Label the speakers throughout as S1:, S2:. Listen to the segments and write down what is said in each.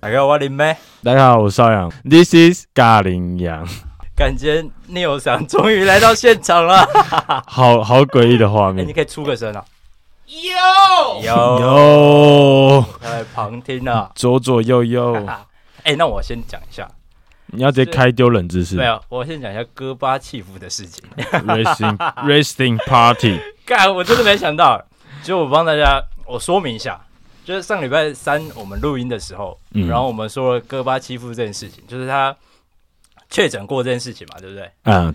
S1: 大家好，我林妹，
S2: 大家好，我是邵阳，This is 尬羚羊，
S1: 感觉 Neil 想终于来到现场了。
S2: 好好诡异的 画
S1: 哎、
S2: 面
S1: 你。可以出个声啊！
S3: 哟，
S1: 有，
S2: 哟，
S1: 来旁听啊！
S2: 左左 右右，
S1: 哎、那我先讲一下，
S2: 你要直接开丢冷知识。
S1: 没有，我先讲一下戈巴契夫的事情。
S2: Racing Racing Party，
S1: 干，我真的没想到。就我帮大家，我说明一下，就是上礼拜三我们录音的时候，
S2: 嗯
S1: 然后我们说了戈巴契夫这件事情，就是他确诊过这件事情嘛，对不对？
S2: 嗯，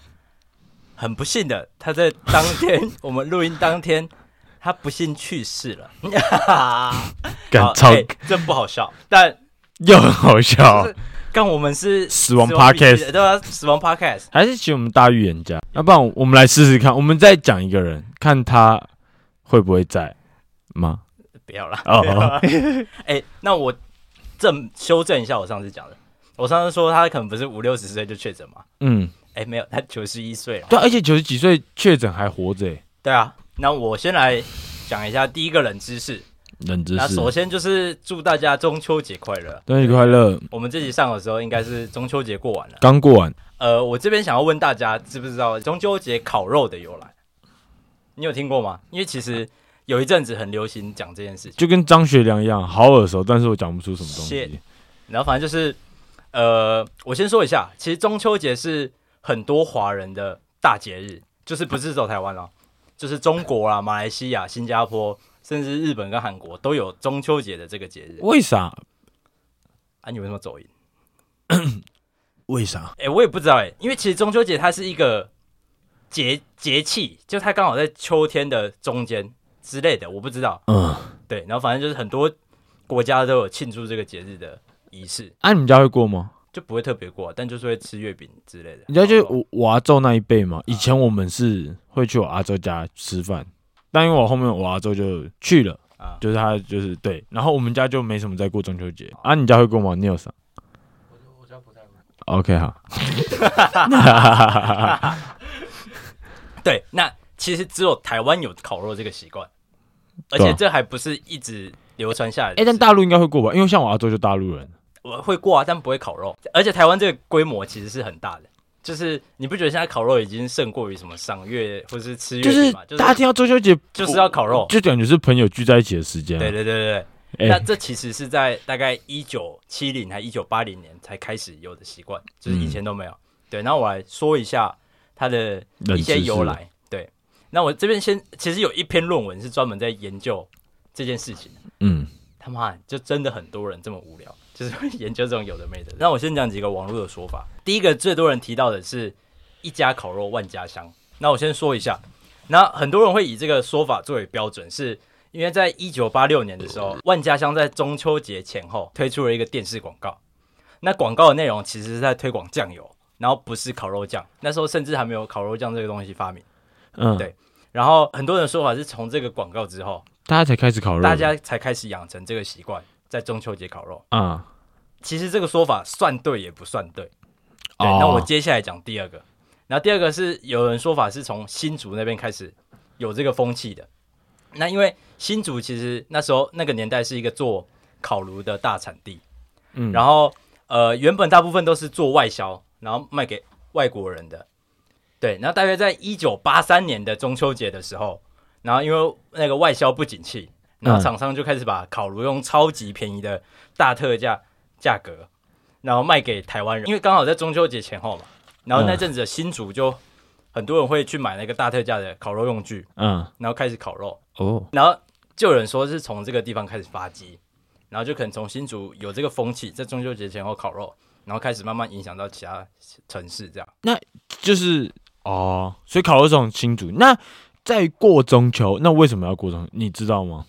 S1: 很不幸的，他在当天我们录音当天，他不幸去世了。
S2: 干
S1: 好
S2: 超
S1: 哎这不好笑，但
S2: 又很好笑
S1: 就是，刚我们是
S2: 死亡
S1: 笔记
S2: podcast
S1: 对啊，死亡 podcast，
S2: 还是请我们大预言家，要不然我们来试试看，我们再讲一个人，看他会不会在吗？
S1: 不要啦。
S2: 哦
S1: 不要啦 哎、那我正修正一下我上次讲的，我上次说他可能不是五六十岁就确诊嘛，
S2: 嗯，
S1: 哎、没有，他九十一岁了。
S2: 对啊，而且九十几岁确诊还活着欸，
S1: 对啊，那我先来讲一下第一个冷知识。
S2: 冷知
S1: 那
S2: 识。
S1: 首先就是祝大家中秋节快乐。
S2: 端午快乐，
S1: 我们这集上的时候应该是中秋节过完了。
S2: 刚过完，
S1: 呃，我这边想要问大家，知不知道中秋节烤肉的由来？你有听过吗？因为其实有一阵子很流行讲这件事情，
S2: 就跟张学良一样，好耳熟，但是我讲不出什么东西
S1: Shit。然后反正就是，呃，我先说一下，其实中秋节是很多华人的大节日，就是不是走台湾了，就是中国啊啦、马来西亚、新加坡，甚至日本跟韩国都有中秋节的这个节日。
S2: 为啥？
S1: 啊，你为什么走音？
S2: 为啥？
S1: 哎、我也不知道哎、因为其实中秋节它是一个节节气，就它刚好在秋天的中间之类的，我不知道。
S2: 嗯，
S1: 对，然后反正就是很多国家都有庆祝这个节日的仪式，
S2: 啊，你们家会过吗？
S1: 就不会特别过，但就是会吃月饼之类的。
S2: 你家就是
S1: 然后
S2: 我我阿昼那一辈嘛。以前我们是会去我阿昼家吃饭，但因为我后面我阿昼就去了，
S1: 啊，
S2: 就是他就是对，然后我们家就没什么在过中秋节。啊，你家会过吗？你有啥？OK，好。
S1: 对，那其实只有台湾有烤肉这个习惯，而
S2: 对啊
S1: 且这还不是一直流传下来的事。
S2: 哎，但大陆应该会过吧？因为像我阿昼就大陆人。
S1: 我会过啊，但不会烤肉，而且台湾这个规模其实是很大的。就是你不觉得现在烤肉已经胜过于什么赏月或是吃月
S2: 就是
S1: 饼嘛？
S2: 大家听到中秋节
S1: 就是要烤肉。
S2: 就感觉是朋友聚在一起的时间啊。
S1: 对对对对对，那
S2: 哎
S1: 这其实是在大概一九七零还一九八零年才开始有的习惯，就是以前都没有。对，那我来说一下它的一些由来。对，那我这边先，其实有一篇论文是专门在研究这件事情的。
S2: 嗯，
S1: 他妈就真的很多人这么无聊，就是 会研究这种有的没的。那我先讲几个网络的说法。第一个最多人提到的是一家烤肉万家香。那我先说一下，那很多人会以这个说法作为标准，是因为在一九八六年的时候，万家香在中秋节前后推出了一个电视广告。那广告的内容其实是在推广酱油，然后不是烤肉酱。那时候甚至还没有烤肉酱这个东西发明。
S2: 嗯，
S1: 对然后很多人的说法是从这个广告之后，
S2: 大家才开始烤肉的，
S1: 大家才开始养成这个习惯，在中秋节烤肉。
S2: 啊，
S1: 其实这个说法算对也不算对。对，
S2: 哦
S1: 那我接下来讲第二个。然后第二个是有人说法是从新竹那边开始有这个风气的。那因为新竹其实那时候那个年代是一个做烤炉的大产地，
S2: 嗯
S1: 然后呃原本大部分都是做外销，然后卖给外国人的。对，然后大约在一九八三年的中秋节的时候，然后因为那个外销不景气，然后厂商就开始把烤炉用超级便宜的大特价价格，然后卖给台湾人，因为刚好在中秋节前后嘛，然后那阵子的新竹就很多人会去买那个大特价的烤肉用具，
S2: 嗯
S1: 然后开始烤肉，
S2: 哦，
S1: 然后就有人说是从这个地方开始发迹，然后就可能从新竹有这个风气，在中秋节前后烤肉，然后开始慢慢影响到其他城市这样。
S2: 就是哦，所以烤肉是种新竹。那在过中秋，那为什么要过中秋？你知道吗？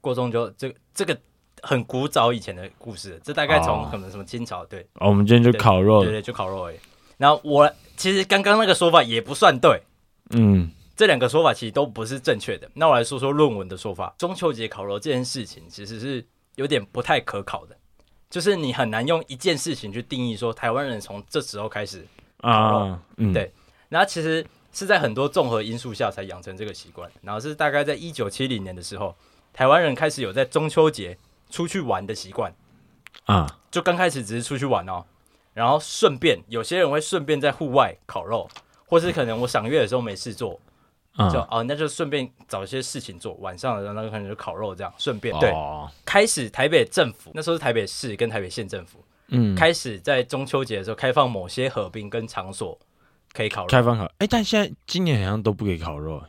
S1: 过中秋这个这个很古早以前的故事，这大概从
S2: 哦
S1: 可能什么清朝对
S2: 哦，我们今天就烤肉
S1: 对
S2: 了，
S1: 对就烤肉而已。然后我其实刚刚那个说法也不算对，
S2: 嗯，
S1: 这两个说法其实都不是正确的。那我来说说论文的说法。中秋节烤肉这件事情其实是有点不太可考的，就是你很难用一件事情去定义说台湾人从这时候开始。烤
S2: 啊，嗯，
S1: 对然后其实是在很多综合因素下才养成这个习惯。然后是大概在一九七零年的时候，台湾人开始有在中秋节出去玩的习惯。
S2: 啊、
S1: 就刚开始只是出去玩哦，然后顺便有些人会顺便在户外烤肉，或是可能我赏月的时候没事做，
S2: 啊、
S1: 就哦那就顺便找一些事情做，晚上的时候那个可能就烤肉这样，顺便、
S2: 哦
S1: 对。开始台北政府那时候是台北市跟台北县政府、
S2: 嗯，开
S1: 开始在中秋节的时候开放某些合并跟场所可以烤肉，
S2: 开放烤，哎、但现在今年好像都不给烤肉、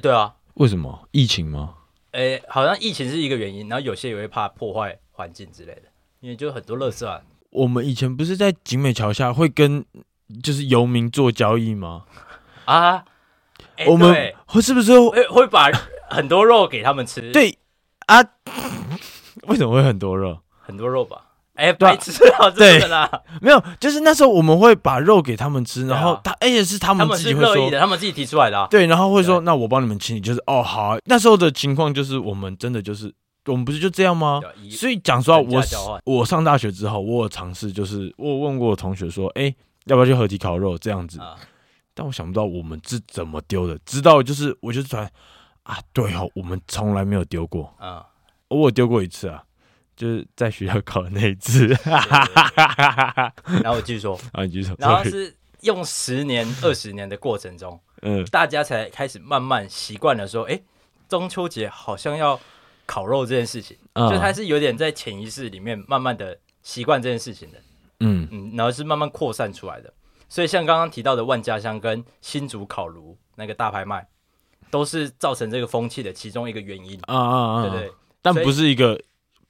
S1: 对啊，
S2: 为什么？疫情吗？
S1: 诶、好像疫情是一个原因，然后有些也会怕破坏环境之类的，因为就很多垃圾啊，
S2: 我们以前不是在景美桥下会跟就是游民做交易吗？
S1: 啊，诶
S2: 我们
S1: 对
S2: 会是不是
S1: 会会把很多肉给他们吃，，
S2: 对啊？ 为什么会很多肉？
S1: 很多肉吧。哎、
S2: 对啊
S1: 白痴啊，真的啦！
S2: 没有，就是那时候我们会把肉给他们吃，
S1: 对啊
S2: 然后他而且是他
S1: 他
S2: 们
S1: 们
S2: 自己
S1: 是
S2: 会
S1: 乐意
S2: 说
S1: 的，他们自己提出来的、啊。
S2: 对，然后会说
S1: 对
S2: 那我帮你们清理，就是哦好啊、那时候的情况就是我们真的就是我们不是就这样吗？
S1: 对啊以
S2: 所以讲实话，
S1: 等价
S2: 我
S1: 交换
S2: 我上大学之后，我有尝试，就是我有问过我同学说，哎、要不要去合体烤肉这样子？
S1: 啊，
S2: 但我想不到我们是怎么丢的，知道就是我就传啊，对哦，我们从来没有丢过，
S1: 嗯，
S2: 我有丢过一次啊，就是在学校 考的那一次，
S1: 然后我继续说，
S2: 啊，你继续说
S1: 然后
S2: sorry
S1: 是用十年、二十年的过程中，
S2: 嗯，
S1: 大家才开始慢慢习惯了说，哎、中秋节好像要烤肉这件事情，
S2: 啊
S1: 就它是有点在潜意识里面慢慢的习惯这件事情的，
S2: 嗯
S1: 嗯，然后是慢慢扩散出来的。所以像刚刚提到的万家香跟新竹烤炉那个大拍卖，都是造成这个风气的其中一个原因，
S2: 啊啊
S1: 对
S2: 啊
S1: 不，对？
S2: 但
S1: 所以
S2: 不是一个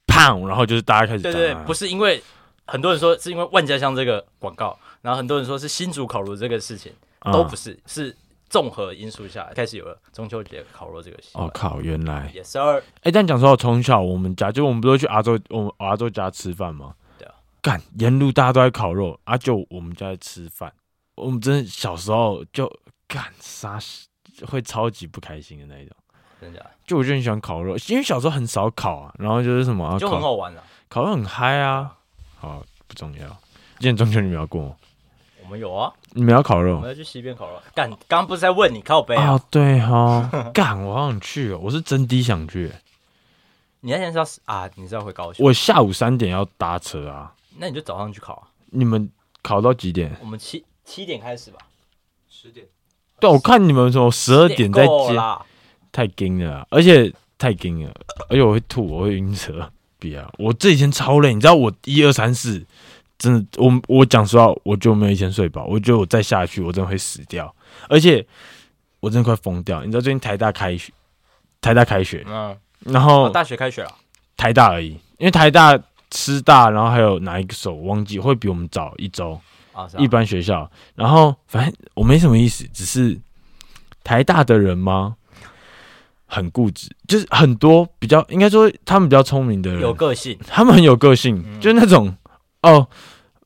S2: 胖，然后就是大家开始
S1: 对对，
S2: 打
S1: 不是因为很多人说是因为万家香这个广告，然后很多人说是新竹烤肉这个事情，
S2: 啊
S1: 都不是，是综合因素下开始有了中秋节烤肉这个习惯
S2: 哦。靠，原来
S1: Yes sir，
S2: 哎、但讲实话，从小我们家就我们不都去阿周，我们阿周家吃饭吗？
S1: 对啊，
S2: 干沿路大家都在烤肉，啊，就我们家在吃饭。我们真的小时候就干杀，会超级不开心的那一种。
S1: 真的假
S2: 就我就很喜欢烤肉，因为小时候很少烤啊，然后就是什么、啊、
S1: 的就很
S2: 烤
S1: 好玩了。
S2: 烤肉很嗨啊。好，不重要。今天中秋你们要过吗？
S1: 我们有啊，
S2: 你们要烤
S1: 我
S2: 肉
S1: 们要去西边烤肉。干，刚刚不是在问你靠北啊？
S2: 啊？对哈， 干，我好想去哦，我是真的想去。
S1: 你那天是要啊？你是要回高雄？
S2: 我下午三点要搭车啊，
S1: 那你就早上去烤啊。
S2: 你们烤到几点？
S1: 我们七七点开始吧，十点
S2: 对，我看你们什么十二点在
S1: 够
S2: 接，
S1: 啦。
S2: 太惊了啊，而且太惊了，而且我会吐，我会晕车。比啊，我这几天超累，你知道我一二三四，真的，我我讲实话，我就没有一天睡饱，我觉得我再下去，我真的会死掉，而且我真的快疯掉。你知道最近台大开学，台大开学，
S1: 嗯，
S2: 然后、
S1: 哦，大学开学了，
S2: 台大而已，因为台大、师大，然后还有哪一个手我忘记，会比我们早一周。
S1: 啊，是啊
S2: 一般学校。然后反正我没什么意思，只是台大的人吗？很固执，就是很多比较应该说他们比较聪明的
S1: 有嗯
S2: 人，
S1: 个性，
S2: 他们很有个性，就是那种哦，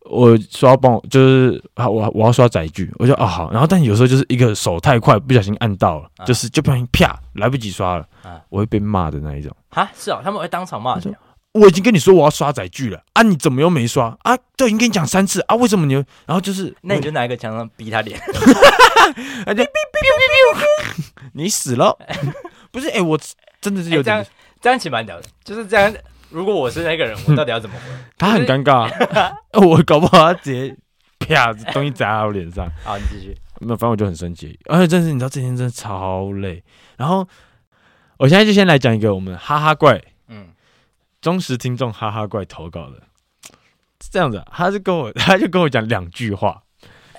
S2: 我刷帮我就是啊，我我要刷载具，我就哦好，然后但有时候就是一个手太快，不小心按到了，
S1: 啊
S2: 就是就不小心啪来不及刷了，
S1: 啊
S2: 我会被骂的那一种。
S1: 哈，是啊，他们会当场骂你啊，
S2: 我已经跟你说我要刷载具了啊，你怎么又没刷啊？都已经跟你讲三次啊，为什么你又？然后就是
S1: 那你就拿一个枪上逼他脸，
S2: 哎，对，你死了！ 不是，哎、我真的 是有
S1: 哎这
S2: 点，
S1: 样这样其实蛮屌的，就是这样。如果我是那个人，我到底要怎 么回
S2: 他很尴尬、 我搞不好他直接啪东西砸到我脸上，
S1: 好，你继续。
S2: 没有，反正我就很生气。而且真是，你知道这几天真的超累。然后我现在就先来讲一个我们哈哈怪
S1: 嗯，
S2: 忠实听众哈哈怪投稿的，是这样子啊，他是跟我他就跟我讲两句话，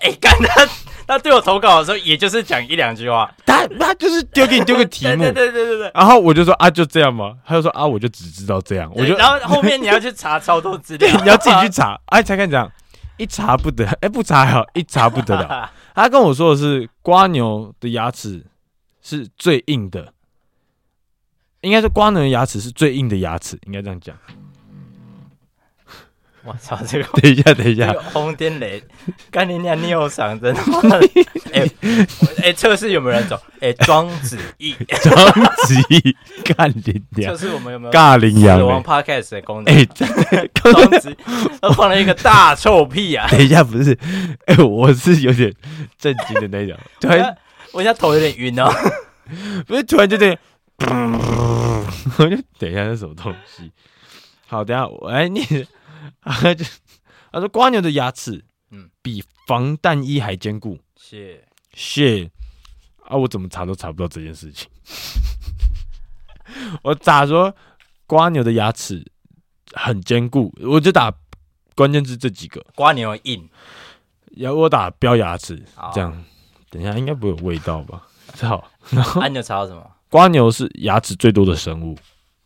S1: 哎、干他他对我投稿的时候，也就是讲一两句话，
S2: 他他就是丢给你丢个题目
S1: 对，对对对对
S2: 然后我就说啊就这样吗？他就说啊我就只知道这样，
S1: 对。
S2: 我就
S1: 然后后面你要去查超多资料
S2: 对，，你要自己去查。哎、才敢讲，一查不得，哎、不查还好，一查不得 了。他跟我说的是，瓜牛的牙齿是最硬的，应该是瓜牛的牙齿是最硬的牙齿，应该这样讲。
S1: 我操，这个
S2: 等一下，等一
S1: 这
S2: 下
S1: 个，轰天雷，干你娘！你有嗓真他妈的！哎哎，测试有没有人走？哎，庄子 毅，
S2: 张子怡干林
S1: 测
S2: 羊，
S1: 试我们有没有
S2: 尬羚羊
S1: 死亡
S2: 欸。
S1: podcast 的功能？
S2: 哎、这 刚刚
S1: 庄子他放了一个大臭屁 啊！
S2: 等一下，不是，哎、我是有点震惊的 那种，突然
S1: 我现在头有点晕 哦。
S2: 不是突然就这样， 我就等一下，这什么东西？好，等一下我来念，他就他说瓜牛的牙齿，
S1: 嗯
S2: 嗯，比防弹衣还坚固。
S1: 谢
S2: 谢啊，我怎么查都查不到这件事情。 我打说瓜牛的牙齿很坚固，我就打关键字这几个，
S1: 瓜牛硬，
S2: 然后我打标牙齿
S1: 好，
S2: 这样。 等一下应该不会有味道吧？好，
S1: 啊，你有查到什么？
S2: 瓜牛是牙齿最多的生物，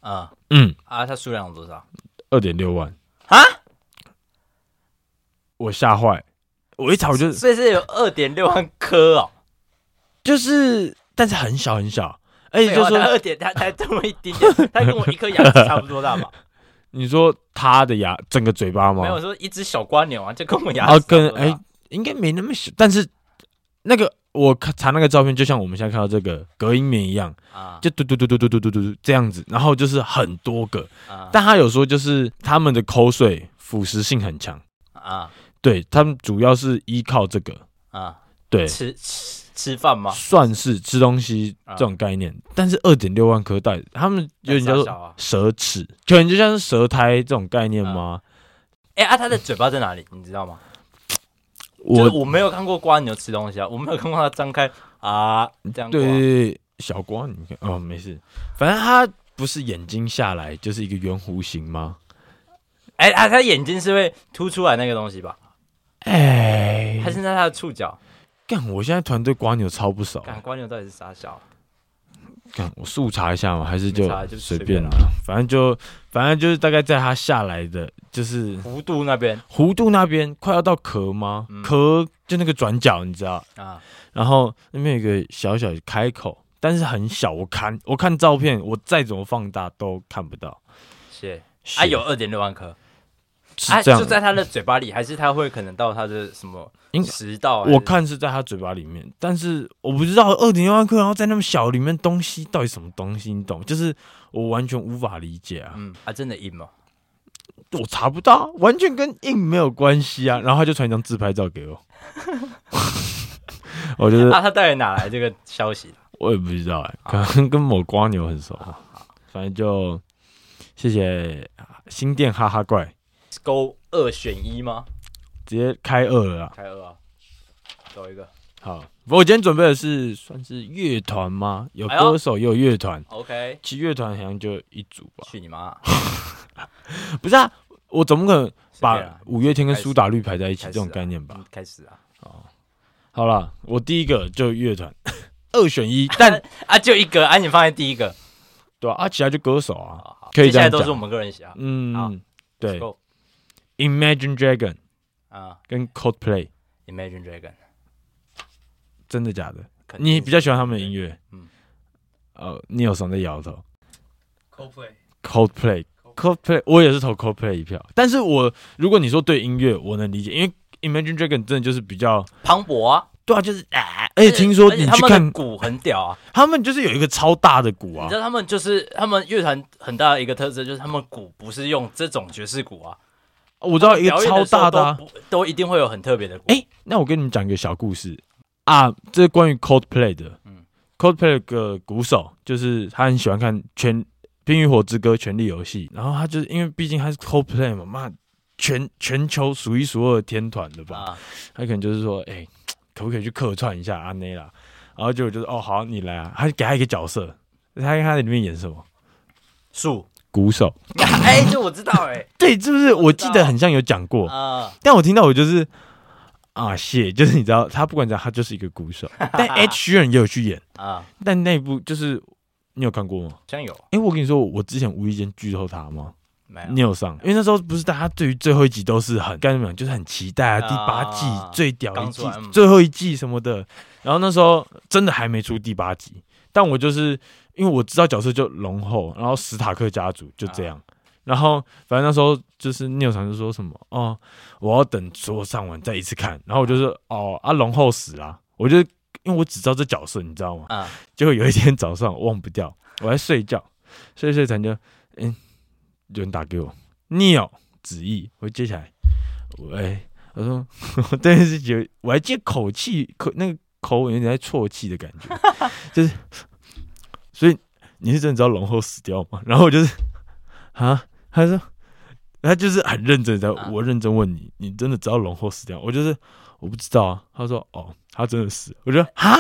S1: 嗯
S2: 嗯，
S1: 啊，它数量有多少？
S2: 二点六万
S1: 啊！
S2: 我吓坏，我一查我就
S1: 所以是有二点六万颗哦，
S2: 就是，但是很小很小，而且
S1: 废
S2: 就
S1: 话它
S2: 说
S1: 啊二点，它才这么一丁点，它跟我一颗牙齿差不多大 吧？
S2: 你说它的牙整个嘴巴吗？
S1: 没有说一只小瓜牛啊，就跟我牙齿
S2: 然后
S1: 差不
S2: 跟
S1: 多大。
S2: 哎、应该没那么小，但是那个我看查那个照片，就像我们现在看到这个隔音棉一样，
S1: 啊，
S2: 就嘟嘟嘟嘟嘟嘟嘟嘟嘟这样子，然后就是很多个，
S1: 啊
S2: 但他有说就是他们的口水腐蚀性很强，
S1: 啊
S2: 对他们主要是依靠这个，
S1: 啊，
S2: 对，
S1: 吃吃吃饭吗？
S2: 算是吃东西这种概念，但是二点六万颗蛋，他们有点叫
S1: 那啊傻小
S2: 做
S1: 啊
S2: 蛇齿，可能就像是舌苔这种概念吗？
S1: 哎啊，它的嘴巴在哪里？你知道吗？啊就是
S2: 我
S1: 我没有看过瓜牛吃东西啊，我没有看过它张开啊这样。
S2: 对对，对小瓜，你看哦，没事，反正它不是眼睛下来就是一个圆弧形吗？
S1: 哎啊，它眼睛是会凸出来那个东西吧？
S2: 哎
S1: 它，现在它的触角，
S2: 干！我现在团队瓜牛超不少，
S1: 看瓜牛到底是啥小？啊
S2: 干我速查一下嘛，还是就
S1: 没查就随
S2: 随
S1: 便
S2: 便
S1: 啦
S2: 啦，反正就反正就是大概在它下来的就是
S1: 弧度那边
S2: 弧度那边快要到壳吗
S1: 嗯？
S2: 壳就那个转角，你知道？
S1: 啊，
S2: 然后那边有一个小小的开口，但是很小，我看我看照片，我再怎么放大都看不到。
S1: 谢
S2: 是
S1: 啊，有二点六万颗，
S2: 是
S1: 啊，
S2: 这样
S1: 就，在它的嘴巴里，还是它会可能到它的什么
S2: 应
S1: 食道？啊
S2: 我看是在他嘴巴里面，但是我不知道二点六万克，然后在那么小里面东西到底什么东西，你懂？就是我完全无法理解啊，
S1: 嗯啊，真的硬吗？
S2: 我查不到，完全跟硬没有关系啊。然后他就传一张自拍照给我， 我觉得
S1: 啊，他到底哪来这个消息？
S2: 我也不知道哎、可能跟某瓜牛很熟，反正就谢谢新店哈哈怪，
S1: 勾二选一吗？
S2: 直接开二了啦。
S1: 开二啊，走一个
S2: 好，不过我今天准备的是算是乐团吗？有
S1: 哎呦
S2: 歌手也有乐团，
S1: ，OK，
S2: 其实乐团好像就一组吧。
S1: 去你妈！
S2: 不是啊，我怎么可能
S1: 随便
S2: 把
S1: 啊
S2: 五月天跟苏打绿排在一起
S1: 开始
S2: 这
S1: 啊
S2: 种概念吧
S1: 嗯？开始啊
S2: 好啦，我第一个就乐团，二选 一，但
S1: 啊，就一个啊，你放在第一个，
S2: 对啊啊，其他就歌手
S1: 好
S2: 啊，
S1: 好，
S2: 可
S1: 接
S2: 以
S1: 下
S2: 这
S1: 来
S2: 样
S1: 都是
S2: 讲
S1: 我们个人喜好。好
S2: 嗯，对
S1: Let's go
S2: ，Imagine Dragon
S1: 啊
S2: 跟 Coldplay，
S1: ，Imagine Dragon，
S2: 真的假的？
S1: 肯定
S2: 你
S1: 是
S2: 比较喜欢他们的音乐？
S1: 嗯
S2: 嗯，哦，你有什么在摇头
S3: Coldplay，
S2: ？Coldplay。Coldplay，我也是投 Coldplay 一票，但是我如果你说对音乐，我能理解，因为 Imagine Dragon 真的就是比较，
S1: 磅礴啊，
S2: 对啊，就是啊，而且听说
S1: 而且
S2: 你
S1: 他
S2: 去
S1: 们的
S2: 看，
S1: 鼓很屌 啊，
S2: 他们就是有一个超大的鼓啊，
S1: 你知道他们就是他们乐团很大的一个特色，就是他们鼓不是用这种爵士鼓啊，
S2: 我知道一个
S1: 表演
S2: 超
S1: 的时候
S2: 大的、啊
S1: 都。不都一定会有很特别的鼓。
S2: 哎、那我跟你们讲一个小故事啊，这是关于 Coldplay 的。
S1: 嗯
S2: Coldplay 的鼓手就是他很喜欢看《全冰与火之歌》《权力游戏》，然后他就是因为毕竟他是 Coldplay 嘛，妈全全球数一数二的天团的吧，
S1: 啊，
S2: 他可能就是说，哎、可不可以去客串一下阿内拉？然后结果就是哦，好，你来啊，他就给他一个角色，他看他在里面演什么
S1: 树，
S2: 鼓手，
S1: 哎，这我知道哎，
S2: 对，是不是？我
S1: 知
S2: 记
S1: 道
S2: 得很像有讲过，
S1: 啊，
S2: 但我听到我就是啊谢，就是你知道，他不管怎样，他就是一个鼓 手。但 H 人也有去演，
S1: 啊，
S2: 但那一部就是你有看过吗？
S1: 真有
S2: 哎、我跟你说，我之前无意间剧透他吗？
S1: 没
S2: 你
S1: 有？
S2: 有上，因为那时候不是大家对于最后一集都是很干什么，就是很期待啊，
S1: 啊
S2: 第八季最屌一
S1: 刚
S2: 季
S1: 出来嗯，
S2: 最后一季什么的。然后那时候真的还没出第八集，但我就是因为我知道角色就龙后，然后史塔克家族就这
S1: 啊
S2: 样。然后反正那时候就是聂有常就说什么哦，我要等所有上完再一次看。然后我就是哦啊龙后死啦，我就因为我只知道这角色，你知道吗？
S1: 啊，
S2: 结果有一天早上我忘不掉， 我在睡觉，睡一睡才就，嗯，有人打给我，你有子毅，我接起来，喂，我说， 我但是有，我还记得口气，口那个口吻有点在啜泣的感觉， 就是， 所以你是真的知道龙后死掉吗？然后我就是，啊，他说，他就是很认真在，
S1: 啊
S2: 我认真问你，你真的知道龙后死掉？我就是我不知道啊。他说哦，他真的死了。我就哈，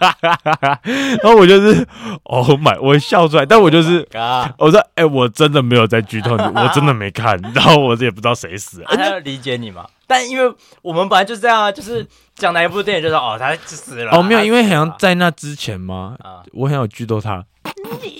S2: 然后我就是哦 my，我笑出来，但我就是。
S1: 啊，
S2: 我说：“哎、我真的没有在剧透你，我真的没看，然后我也不知道谁死了。
S1: 他要理解你嘛？但因为我们本来就是这样啊，就是讲哪一部电影就是哦，他死了啊
S2: 哦，没有，因为好
S1: 他死了啊
S2: 像在那之前嘛，
S1: 啊，
S2: 我很有剧透他。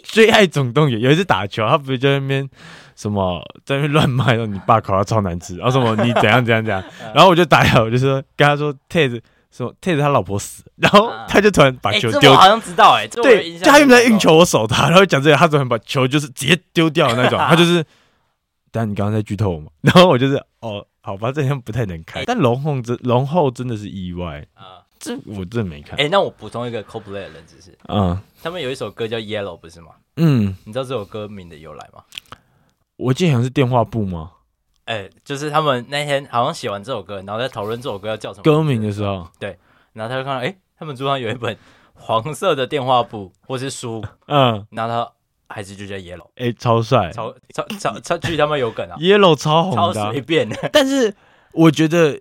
S2: 最爱总动员有一次打球，他不是就在那边什么在那边乱骂，说你爸烤肉超难吃，然后什么你怎样怎样怎样，
S1: 嗯
S2: 然后我就打球，我就说跟他说 Ted 说 Ted 他老婆死了，然后
S1: 啊
S2: 他就突然把
S1: 哎，
S2: 球
S1: 这
S2: 丢
S1: 我好像知道哎，这我有
S2: 对，
S1: 印
S2: 就
S1: 象
S2: 他原本在运球，我手他，然后讲这个，他怎么把球就是直接丢掉的那 种，他就是，但你刚刚在剧透我嘛，然后我就是哦，好吧，这样不太能看，但龙后真龙后真的是意外，
S1: 啊。
S2: 这我真的没看，
S1: 哎，那我补充一个 Coldplay 的冷知识，
S2: 嗯
S1: 他们有一首歌叫 Yellow 不是吗？
S2: 嗯，
S1: 你知道这首歌名的由来吗？
S2: 我记得好像是电话簿吗？
S1: 哎，就是他们那天好像写完这首歌，然后在讨论这首歌要叫什么
S2: 歌名的时候，
S1: 然后他就看到，哎、他们桌上有一本黄色的电话簿或是书，
S2: 嗯，
S1: 然后他还是就叫 yellow，
S2: 哎、超帅
S1: 超超超超巨他妈有梗啊，
S2: ，Yellow
S1: 超
S2: 超 红的啊、
S1: 随便
S2: 但是我觉得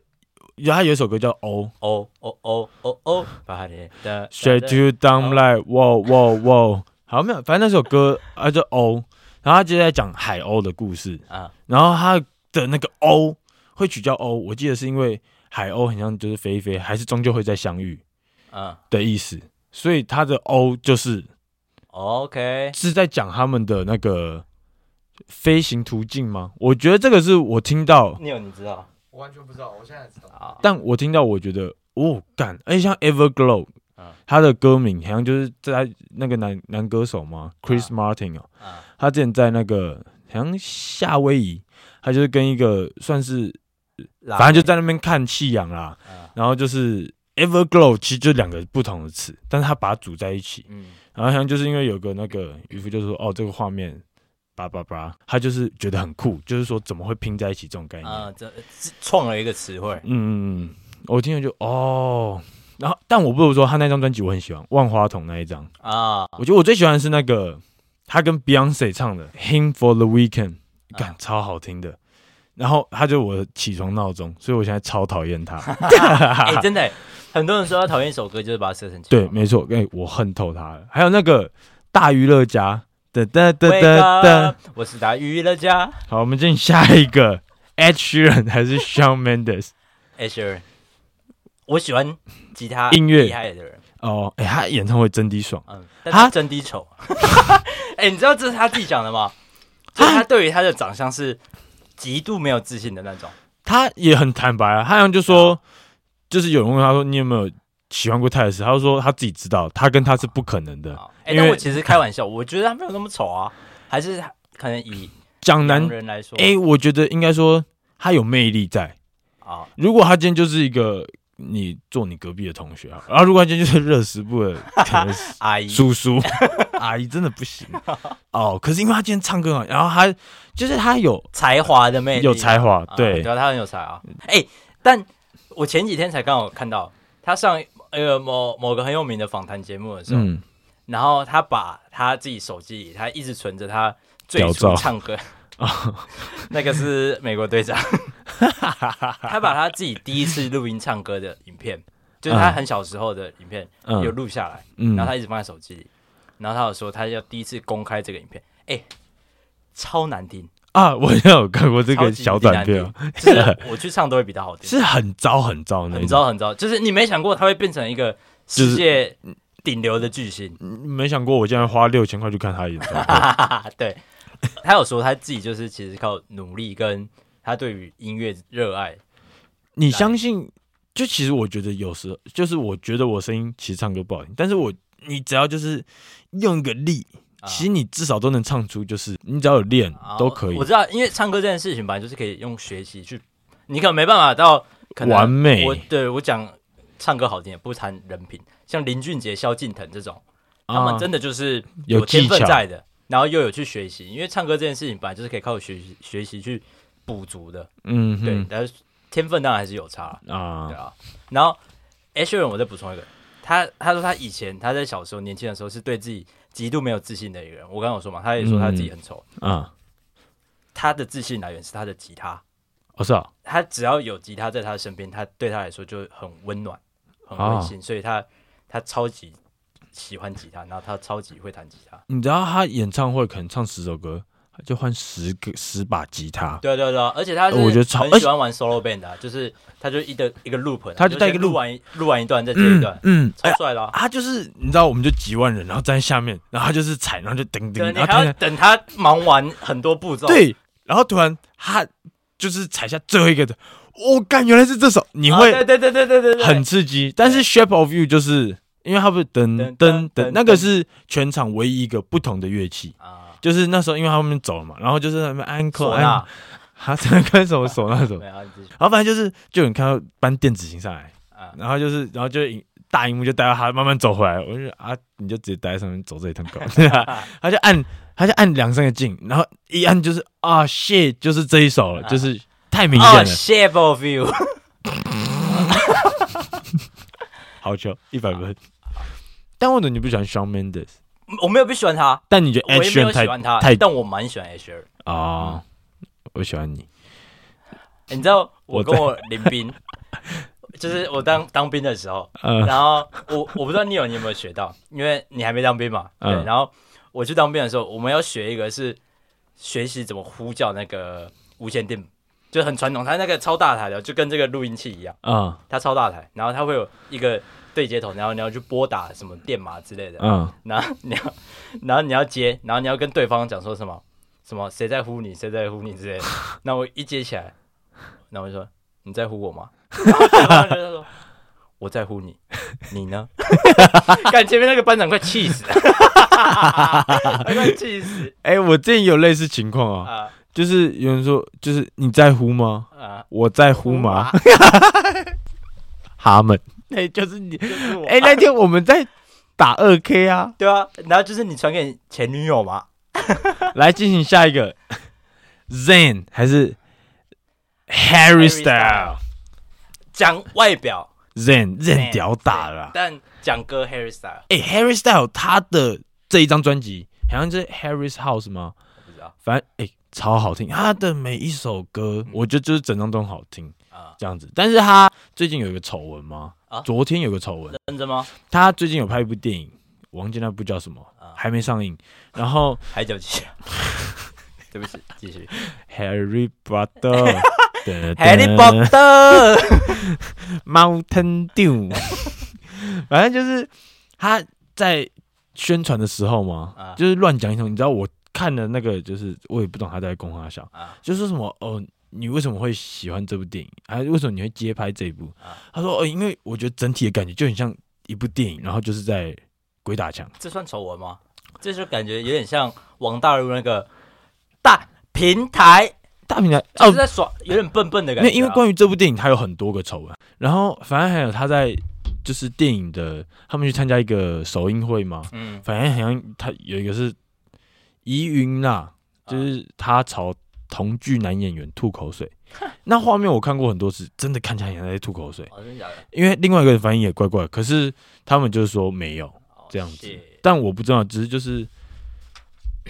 S2: 他有一首歌叫《哦
S1: 哦哦哦哦哦，把你的
S2: Shut You
S1: 哦
S2: Down Like Wow Wow Wow，好没有，反正那首歌啊就哦，然后他就在讲海鸥的故事，
S1: 啊
S2: 然后他的那个鸥会取叫鸥，我记得是因为海鸥很像就是飞一飞，还是终究会再相遇
S1: 嗯
S2: 的意思，所以他的鸥就是
S1: ，OK，
S2: 是在讲他们的那个飞行途径吗？我觉得这个是我听到，
S1: 你有你知道
S3: 我完全不知道，我现在才知道。
S1: 啊？
S2: 但我听到我觉得哦，干，而且像 Everglow
S1: 嗯。
S2: 他的歌名好像就是在那个男男歌手嘛，Chris Martin 哦，
S1: 啊
S2: 他之前在那个好像夏威夷，他就是跟一个算是反正就在那边看夕阳啦，
S1: 啊
S2: 然后就是 Everglow，其实就两个不同的词，但是他把它组在一起。
S1: 嗯
S2: 然后好像就是因为有个那个渔夫就说：“哦，这个画面，叭叭叭。”他就是觉得很酷，就是说怎么会拼在一起这种概念？
S1: 啊，这这创了一个词汇
S2: 嗯嗯嗯，我听了就哦。然后，但我不如说他那张专辑我很喜欢，《万花筒》那一张，
S1: 啊，
S2: 我觉得我最喜欢的是那个他跟 Beyonce 唱的《Him for the Weekend》，感超好听的。然后他就我的起床闹钟，所以我现在超讨厌他。
S1: 哎、真的、很多人说他讨厌一首歌，就是把它设成
S2: 对，没错，哎、我恨透他了。还有那个大娱乐家，哒哒哒
S1: 对
S2: 哒
S1: 的
S2: 哒。，
S1: 我是打娱乐家
S2: 好，我们进下一个 Ed Sheeran 还是 Shawn Mendes？
S1: Asher，我喜欢吉他
S2: 音乐
S1: 厉害的人。
S2: 哦，哎、他演唱会真滴爽，
S1: 嗯，
S2: 哈
S1: 但是真低 丑。哎、你知道这是他自己讲的吗？就是他对于他的长相是极度没有自信的那种。
S2: 他也很坦白啊。他好像就说，就是有人问他说，你有没有喜欢过泰勒斯？他就说他自己知道，他跟他是不可能的。
S1: 啊哎、
S2: 因为
S1: 但我其实开玩笑，我觉得他没有那么丑啊， 还是他可能以
S2: 讲难
S1: 男，人来说，
S2: 哎、我觉得应该说他有魅力在。
S1: 啊，
S2: 如果他今天就是一个你坐你隔壁的同学啊，然后如果他今天就是热食部的可 能是
S1: 阿姨
S2: 叔叔 阿姨，真的不行哦。可是因为他今天唱歌很好，然后他就是他有
S1: 才华的魅力，
S2: 有才华，
S1: 啊
S2: 对，
S1: 对啊，他很有才啊。哎、但我前几天才刚好看到他上呃某某个很有名的访谈节目的时候，
S2: 嗯，
S1: 然后他把他自己手机里，他一直存着他最
S2: 屌
S1: 初
S2: 照
S1: 唱歌， 那个是美国队长， 他把他自己第一次录音唱歌的影片，就是他很小时候的影片，
S2: 嗯
S1: 有录下来，
S2: 嗯
S1: 然后他一直放在手机里，然后他有说他要第一次公开这个影片，哎，超难听，
S2: 啊，我有看过这
S1: 超
S2: 个
S1: 级
S2: 小短
S1: 难
S2: 片
S1: 听
S2: 哦，，
S1: 就是我去唱都会比较好听，
S2: 是很糟很糟的那
S1: 很
S2: 种，
S1: 糟很糟，就是你没想过他会变成一个世界顶流的巨星，
S2: 没想过我竟然花六千块去看他演唱会，
S1: 哈哈哈，对，他有说他自己就是其实靠努力跟他对于音乐热爱，
S2: 你相信？就其实我觉得有时候，就是我觉得我声音其实唱歌不好听，但是我你只要就是用一个力，
S1: 啊
S2: 其实你至少都能唱出，就是你只要有练
S1: 啊
S2: 都可以
S1: 我知道，因为唱歌这件事情本来就是可以用学习去，你可能没办法到可能
S2: 完美
S1: 我对我讲唱歌好听也不谈人品，像林俊杰、萧敬腾这种，他
S2: 啊
S1: 们。真的就是
S2: 有技
S1: 天分
S2: 巧
S1: 在的，然后又有去学习，因为唱歌这件事情本来就是可以靠学习学习去补足的，
S2: 嗯哼，
S1: 对，但是天分当然还是有差啦。对
S2: 啊，
S1: 啊。然后 H 人，我再补充一个，他他说他以前他在小时候年轻的时候是对自己极度没有自信的一个人。我刚刚有说嘛，他也说他自己很丑，
S2: 啊，
S1: 他的自信来源是他的吉他。
S2: 我是啊，
S1: 他只要有吉他在他身边，他对他来说就很温暖、很
S2: 哦
S1: 温馨，所以他他超级喜欢吉他，然后他超级会弹吉他。
S2: 你知道他演唱会可能唱十首歌，他就换十个十把吉他，
S1: 对啊对啊对啊，而且他是
S2: 我觉得超
S1: 很喜欢玩 solo band 的啊、就是他就一个一个 loop，
S2: 他就带一个
S1: 先录
S2: loop
S1: 完一录完一段再接一段，
S2: 嗯，哎
S1: 超
S2: 呀，
S1: 帅的、啊。
S2: 他就是你知道，我们就几万人，然后站在下面，然后他就是踩，然后就噔
S1: 对，啊
S2: 噔，
S1: 你
S2: 然
S1: 还
S2: 后突
S1: 要
S2: 然
S1: 等他忙完很多步骤，，
S2: 啊对，然后突然他就是踩下最后一个的，我干，原来是这首，你会
S1: 啊、对对对对对对对，
S2: 很刺激。但是 Shape of You 就是因为它不是
S1: 噔
S2: 噔
S1: 噔噔
S2: 噔噔，那个是全场唯一一个不同的乐器。
S1: 啊，
S2: 就是那时候，因为他们走了嘛，然后就是他们 uncle
S1: 唢呐
S2: uncle，他 在跟什么手那种，
S1: 没有啊你自己
S2: 然后反正就是就你看到搬电子琴上来，
S1: 啊，
S2: 然后就是然后就引大荧幕就带到他慢慢走回来，我就觉得啊，你就直接待在上面走这一趟 狗，他就按他就按两三个劲，然后一按就是啊 shit，就是这一首了，就是太明显
S1: 哦、
S2: 了，
S1: shape of you，
S2: 好球，一百分。但为什么你不喜欢 Shawn Mendes？
S1: 我没有不喜欢他，
S2: 但你觉
S1: 我
S2: 得 Ed
S1: 也没
S2: Sheeran
S1: 有喜欢他
S2: 太，太
S1: 但我蛮喜欢 Ed Sheeran。
S2: 啊？我喜欢你，
S1: 欸你知道我
S2: 我
S1: 跟我林兵，就是我当当兵的时候，
S2: 嗯
S1: 然后我我不知道你有你有没有学到，因为你还没当兵嘛。对，
S2: 嗯
S1: 然后我去当兵的时候，我们要学一个是学习怎么呼叫那个无线电，就很传统，它那个超大台的，就跟这个录音器一样，
S2: 嗯
S1: 它超大台，然后它会有一个对接头，然后你要去拨打什么电码之类的，
S2: 嗯
S1: 然后你要，然后你要接，然后你要跟对方讲说什么什么谁在呼你，谁在呼你之类 的。那我一接起来，那我就说你在呼我 吗？然后对方就说我在呼你，你 呢？看前面那个班长快气死了，他快气死
S2: 哎、我之前有类似情况啊，
S1: 啊
S2: 就是有人说，就是你在乎吗？
S1: 啊！
S2: 我在乎吗？他们，那就是你。
S1: 就是我
S2: 哎、那天我们在打二 K 啊，
S1: 对啊，然后就是你传给你前女友嘛，
S2: 来进行下一个 Zen 还是 Harry
S1: Harry Style
S2: Style？
S1: 讲外表
S2: Zen Zen 屌打了啊、
S1: 但讲歌 Harry Style
S2: 哎、h a r r y Style 他的这一张专辑好像是 Harry's House 吗？
S1: 我不知道
S2: 反正哎、超好听，他的每一首歌，我觉得就是整张都很好听
S1: 啊，
S2: 这样子。但是他最近有一个丑闻吗？
S1: 啊
S2: 昨天有个丑闻，
S1: 认真吗？
S2: 他最近有拍一部电影，我忘记那部叫什么
S1: 啊，
S2: 还没上映。然后
S1: 海角七号， 对不起，继 续。
S2: Harry Potter。呃
S1: Harry Potter，
S2: Mountain Dew，反正就是他在宣传的时候嘛，
S1: 啊
S2: 就是乱讲一通。你知道我看的那个，就是我也不懂他在供他笑，
S1: 啊
S2: 就说什么哦，你为什么会喜欢这部电影？啊，为什么你会接拍这一部？
S1: 啊
S2: 他说哦，因为我觉得整体的感觉就很像一部电影，然后就是在鬼打墙。
S1: 这算丑闻吗？这就感觉有点像王大陆那个大平台，
S2: 大平台
S1: 就
S2: 哦
S1: 是，在耍，有点笨笨的感
S2: 那
S1: 觉啊。
S2: 因为关于这部电影，它有很多个丑闻，然后反正还有他在就是电影的，他们去参加一个首映会嘛，
S1: 嗯，
S2: 反正好像他有一个是疑云啦，就是他朝同剧男演员吐口水。 那画面我看过很多次，真的看起来像在吐口水。
S1: 哦，真的假的？
S2: 因为另外一个人反应也怪怪，可是他们就是说没有
S1: 哦
S2: 这样子
S1: shit，
S2: 但我不知道，只是就是，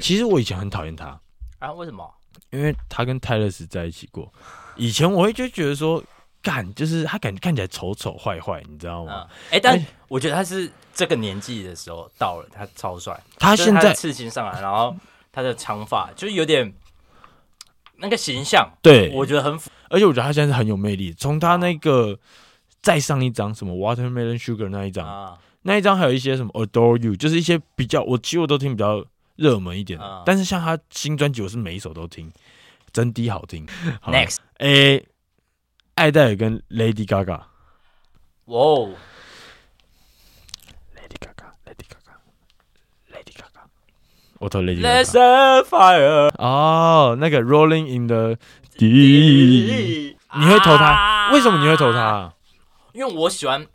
S2: 其实我以前很讨厌他，
S1: 啊？为什么？
S2: 因为他跟泰勒斯在一起过。以前我会就觉得说，干就是他感觉看起来丑丑坏坏，你知道吗？
S1: 嗯，哎，但
S2: 哎
S1: 我觉得他是这个年纪的时候到了，他超帅。
S2: 他
S1: 就是
S2: 现
S1: 的
S2: 在
S1: 刺青上来，然后他的长发就是有点那个形象，
S2: 对，
S1: 我觉得很符
S2: 而且我觉得他现在是很有魅力。从他那个再上一张什么 Watermelon Sugar 那一张，
S1: 啊
S2: 那一张还有一些什么 Adore You，就是一些比较我其实我都听比较热门一点的。
S1: 啊
S2: 但是像他新专辑，我是每一首都听，真的好听。好
S1: ，next，
S2: 诶、艾戴尔跟 Lady Gaga，Lady
S1: 哇哦，
S2: Gaga，Lady Gaga，Lady Gaga，我投 Lady
S1: Let's set
S2: Gaga。
S1: fire。
S2: 哦，那个 Rolling in the Deep，你会投他？为什么你会投他？？
S1: 啊因为我喜欢，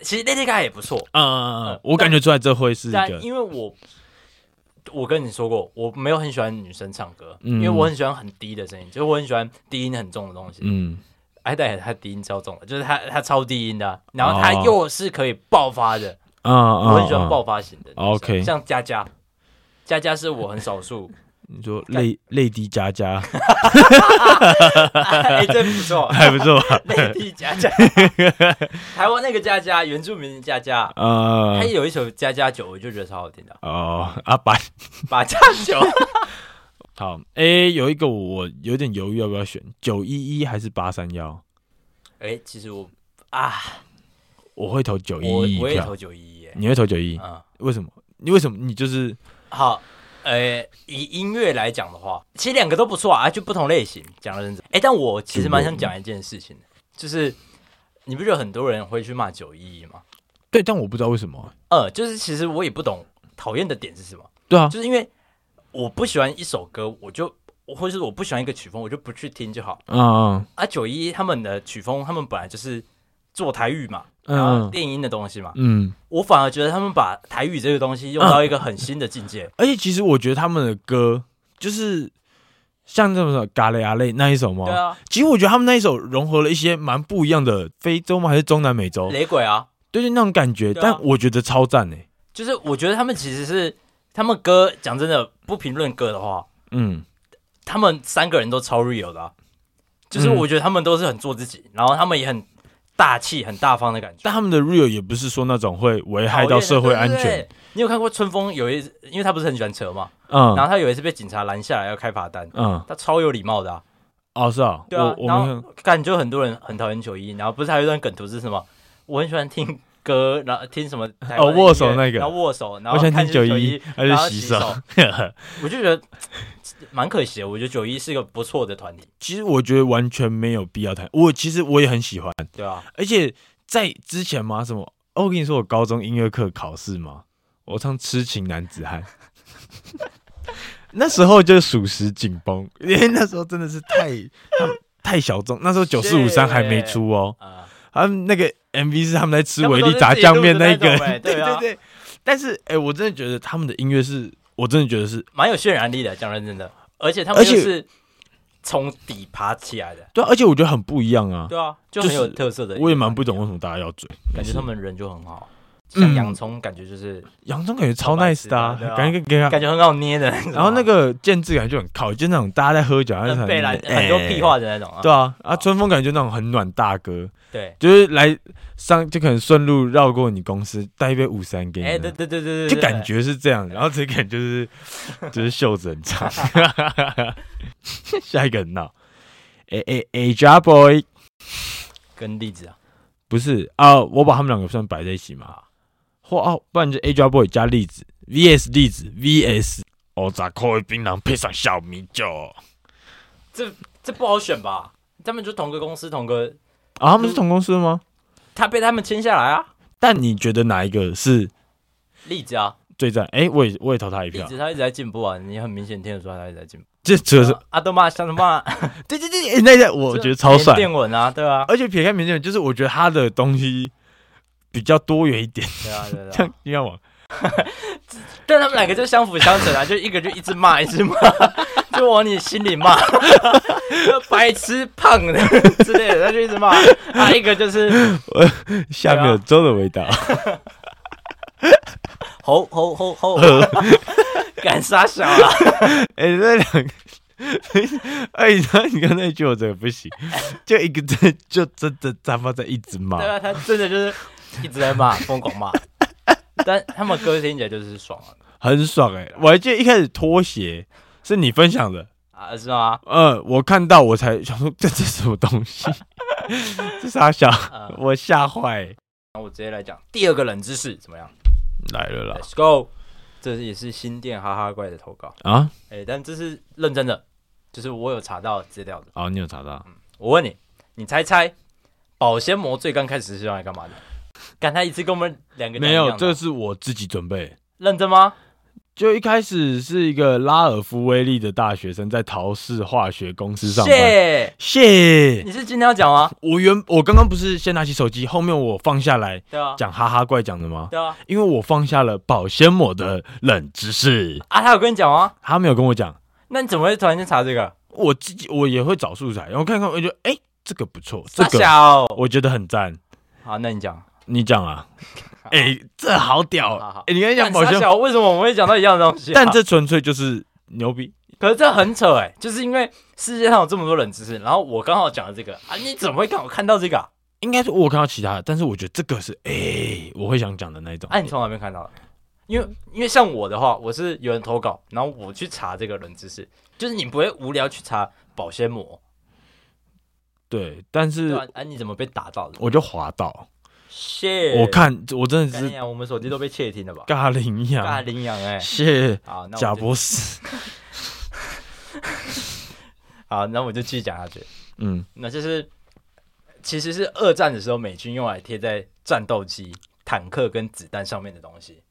S1: 其实 Lady Gaga 也不错，
S2: 嗯嗯嗯
S1: 呃
S2: 嗯，我感觉出来这会是一
S1: 但
S2: 个
S1: 因为我我跟你说过，我没有很喜欢女生唱歌，
S2: 嗯
S1: 因为我很喜欢很低的声音，就是我很喜欢低音很重的东西。
S2: 嗯
S1: 艾黛尔她低音超重的，就是她她超低音的啊，然后她
S2: 哦
S1: 又是可以爆发的，
S2: 啊啊，
S1: 我很喜欢
S2: 啊
S1: 爆发型的女生。
S2: OK
S1: 像佳佳，佳佳是我很少数，
S2: 你说泪泪滴 佳佳
S1: 哎、这不错，
S2: 还不错吧？
S1: 内地佳佳，台湾那个佳佳，原住民的佳佳，
S2: 呃
S1: 他，有一首佳佳酒，我就觉得超好听的，
S2: 哦，阿白，
S1: 八加九，
S2: 好，诶，有一个我有点犹豫要不要选九一一还是八三幺，
S1: 哎、其实我啊，
S2: 我会投九
S1: 我
S2: 一一
S1: 我也
S2: 票
S1: 投，九一一，哎，
S2: 你会投九一一？
S1: 嗯，
S2: 为什么？你为什么？你就是
S1: 好。呃，以音乐来讲的话，其实两个都不错啊，就不同类型讲的认真。哎、但我其实蛮想讲一件事情的，就是你不觉得很多人会去骂九一一吗？
S2: 对，但我不知道为什么。
S1: 呃，就是其实我也不懂讨厌的点是什么，
S2: 对啊，
S1: 就是因为我不喜欢一首歌，我就或是我不喜欢一个曲风，我就不去听就好。
S2: 嗯
S1: 啊，九一他们的曲风，他们本来就是做台语嘛，然后
S2: 嗯
S1: 电音的东西嘛，
S2: 嗯，
S1: 我反而觉得他们把台语这个东西用到一个很新的境界。
S2: 而且其实我觉得他们的歌就是像这种《嘎雷阿雷》那一首
S1: 对
S2: 嘛，
S1: 啊，
S2: 其实我觉得他们那一首融合了一些蛮不一样的非洲吗？还是中南美洲？
S1: 雷鬼啊，
S2: 对对，那种感觉，
S1: 对啊
S2: 但我觉得超赞欸诶。
S1: 就是我觉得他们其实是他们歌，讲真的，不评论歌的话，
S2: 嗯，
S1: 他们三个人都超 real 的啊、就是我觉得他们都是很做自己，然后他们也很大气、很大方的感觉。
S2: 但他们的 real 也不是说那种会危害到社会安
S1: 讨厌的。对
S2: 全
S1: 对。对你有看过春风有一，因为他不是很喜欢车嘛，然
S2: 嗯
S1: 后他有一次被警察拦下来要开罚单，
S2: 嗯，
S1: 他超有礼貌的啊。
S2: 哦是啊，
S1: 对啊，
S2: 我我
S1: 然
S2: 没有
S1: 后感觉很多人很讨厌九一，然后不是还有一段梗图是什么？我很喜欢听歌，然后听什么台湾的
S2: 哦
S1: 音乐
S2: 握手那个
S1: 然后握手，然
S2: 我
S1: 后
S2: 想
S1: 看
S2: 听九
S1: 一
S2: 一，，还是
S1: 然后
S2: 洗
S1: 洗
S2: 手
S1: 手。我就觉得蛮可惜的。我觉得九一是一个不错的团体，
S2: 其实我觉得完全没有必要谈，我其实我也很喜欢。
S1: 对啊，
S2: 而且在之前嘛，什么？哦，我跟你说，我高中音乐课考试嘛，我唱《痴情男子汉》，那时候就属实紧绷， 因为那时候真的是太他们太小众，那时候九四五三还没出哦，
S1: 啊、
S2: 他们那个 MV 是他们在吃
S1: 他们
S2: 维
S1: 都
S2: 力
S1: 是
S2: 炸
S1: 自己
S2: 酱
S1: 录
S2: 面
S1: 的
S2: 那
S1: 那
S2: 个
S1: 种， 欸对
S2: 对
S1: 啊
S2: 对。但是，哎、我真的觉得他们的音乐是，我真的觉得是
S1: 蛮有渲染力的，讲认真的。而且他们
S2: 而且
S1: 就是从底爬起来的，
S2: 对啊、而且我觉得很不一样啊。
S1: 对啊，就
S2: 就
S1: 很有
S2: 是
S1: 特色的。
S2: 我也蛮不懂为什么大家要追，
S1: 感觉
S2: 没事
S1: 他们人就很好，
S2: 嗯
S1: 像洋葱，感觉就是、
S2: 洋葱感觉
S1: 小
S2: 超
S1: 白
S2: nice
S1: 痴
S2: 的、
S1: 啊
S2: 啊，
S1: 对啊
S2: 感觉给他
S1: 感觉很好捏的。
S2: 然后那个建制感就很靠，就那种大家在喝酒，然后
S1: 很被来很多屁、
S2: 哎
S1: 话的那种啊，
S2: 对啊，啊，春风感觉就那种很暖大哥，
S1: 对，
S2: 就是来上就可能顺路绕过你公司带一杯五三给你，
S1: 哎，对对对对对，
S2: 就感觉是这样，然后这个人就是就是袖子很长，下一个很闹，哎哎哎，Ja Boy
S1: 跟栗子啊，
S2: 不是啊，我把他们两个算摆在一起嘛，或哦，不然就 A J Boy 加栗子 VS 栗子 VS 哦，咋扣槟榔配上小米酒
S1: 这不好选吧？他们就同个公司，同个
S2: 啊？他们是同公司吗？
S1: 他被他们签下来啊，
S2: 但你觉得哪一个是
S1: 栗子啊，
S2: 最赞？哎、我也我也投他一
S1: 栗
S2: 票
S1: 子，他一直在进步啊，你很明显听得出来他一直在进步。啊
S2: 这只是
S1: 阿德玛像什么？
S2: 对对对，哎那个 我觉得超帅，
S1: 电文啊，对啊，
S2: 而且撇开名人，就是我觉得他的东西比较多元一点，
S1: 对啊，对啊。
S2: 像你看我，
S1: 但他们两个就相辅相成啊，就一个就一直骂，一直骂，就往你心里骂，白痴、胖的之类的，他就一直骂。啊，一个就是
S2: 下面有粥的味道，
S1: 吼吼吼吼，敢杀小啊！
S2: 哎、那两个。 哎，你看你刚那一句我真的不行，就一个在就真的他妈在一直骂
S1: 对，啊，他真的就是一直在骂，疯狂骂。但他们歌听起来就是爽啊，
S2: 很爽哎、我还记得一开始拖鞋是你分享的，
S1: 啊是吗？
S2: 呃，我看到我才想说这这什么 东西，这傻小，
S1: 啊、
S2: 我吓坏、
S1: 那我直接来讲第二个冷知识怎么样
S2: 来了啦
S1: ？Let's go，这也是新店哈哈怪的投稿，
S2: 啊！
S1: 哎、但这是认真的，就是我有查到资料的。
S2: 哦，你有查到？
S1: 我问你，你猜猜保鲜膜最刚开始是用来干嘛的？刚才一次跟我们两个讲
S2: 没
S1: 一
S2: 有，
S1: 样的
S2: 这是我自己准备。
S1: 认真吗？
S2: 就一开始是一个拉尔夫威利的大学生在陶氏化学公司上班。
S1: 谢，
S2: 谢，
S1: 你是今天要讲吗？
S2: 我原我刚刚不是先拿起手机，后面我放下来
S1: 对啊，
S2: 讲哈哈怪讲的吗？
S1: 对啊，
S2: 因为我放下了保鲜膜的冷知识，
S1: 啊，他有跟你讲吗？
S2: 他没有跟我讲。
S1: 那你怎么会突然间查这个？
S2: 我自己我也会找素材，然后看看，我就觉得哎、这个不错，这
S1: 傻
S2: 个
S1: 小，
S2: 我觉得很赞。
S1: 好，那你讲，
S2: 你讲啊，哎、这好屌！
S1: 好好
S2: 哎、你刚才讲
S1: 干
S2: 保
S1: 傻
S2: 鲜，
S1: 小，为什么我们会讲到一样的东西啊、
S2: 但这纯粹就是牛逼。
S1: 可是这很扯哎、就是因为世界上有这么多冷知识，然后我刚好讲了这个啊，你怎么会看我看到这个啊？
S2: 应该是我有看到其他的，但是我觉得这个是哎、我会想讲的那一种。
S1: 啊，你从哪边看到的？因
S2: 嗯
S1: 为因为像我的话，我是有人投稿，然后我去查这个冷知识，就是你不会无聊去查保鲜膜，
S2: 对，但
S1: 对
S2: 是
S1: 吧？啊，你怎么被打到的？
S2: 我就滑到，
S1: 谢，
S2: 我看我真的
S1: 干你
S2: 是
S1: 娘，我们手机都被窃听了吧？
S2: 尬领一
S1: 尬
S2: 样，
S1: 领养 哎，
S2: 谢
S1: 好，那
S2: 贾
S1: 我就
S2: 博 士。
S1: 好，那我就继续讲下去。
S2: 嗯，
S1: 那就是其实是二战的时候美军用来贴在战斗机、坦克跟子弹上面的东西。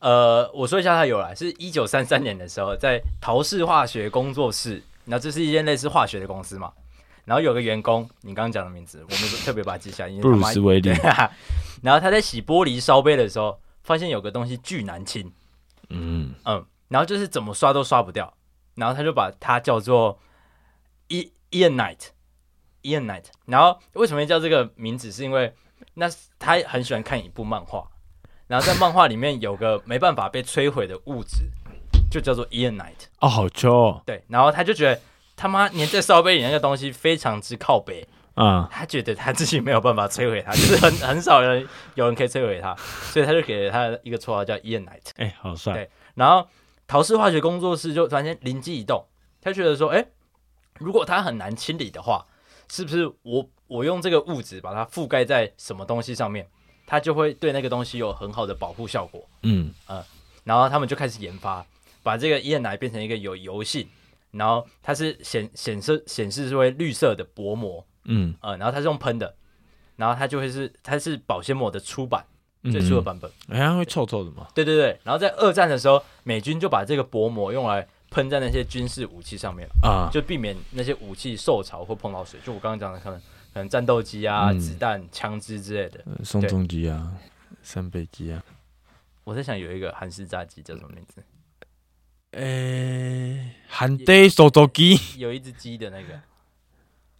S1: 呃，我说一下它的由来，是一九三三年的时候，在陶氏化学工作室，那这是一间类似化学的公司嘛。然后有个员工，你刚刚讲的名字，我们特别把它记下来，因为
S2: 布
S1: 他
S2: 鲁
S1: 妈
S2: 斯威利
S1: 对，啊，然后他在洗玻璃烧杯的时候，发现有个东西巨难清，
S2: 嗯，
S1: 嗯，然后就是怎么刷都刷不掉，然后他就把它叫做 E Ianite Ianite。然后为什么会叫这个名字？是因为那是他很喜欢看一部漫画，然后在漫画里面有个没办法被摧毁的物质，就叫做 Ianite。
S2: 哦，好秋哦，
S1: 对，然后他就觉得他妈粘在烧杯里那个东西非常之靠北，
S2: 啊、
S1: 他觉得他自己没有办法摧毁它，就是很很少人有人可以摧毁它，所以他就给了他一个绰号叫 Ianite。
S2: 哎、好帅
S1: 对，然后陶氏化学工作室就突然间灵机一动，他觉得说，哎，如果它很难清理的话，是不是我我用这个物质把它覆盖在什么东西上面，它就会对那个东西有很好的保护效果？
S2: 嗯，
S1: 然后他们就开始研发，把这个椰奶变成一个有油性，然后它是显显示显示是会绿色的薄膜，
S2: 嗯
S1: 呃，然后它是用喷的，然后它就会是它是保鲜膜的初版
S2: 嗯，
S1: 最初的版本。
S2: 哎，它会臭臭的嘛？
S1: 对对对，然后在二战的时候，美军就把这个薄膜用来喷在那些军事武器上面，
S2: 啊，
S1: 就避免那些武器受潮或碰到水。就我刚刚讲的，可能可能战斗机啊、
S2: 嗯
S1: 子弹、枪支之类的。
S2: 呃宋仲基啊，三杯鸡啊，
S1: 我在想有一个韩式炸鸡叫什么名字？
S2: 哎、
S1: 呃
S2: 韩day 手肘鸡，
S1: 有一只鸡的那个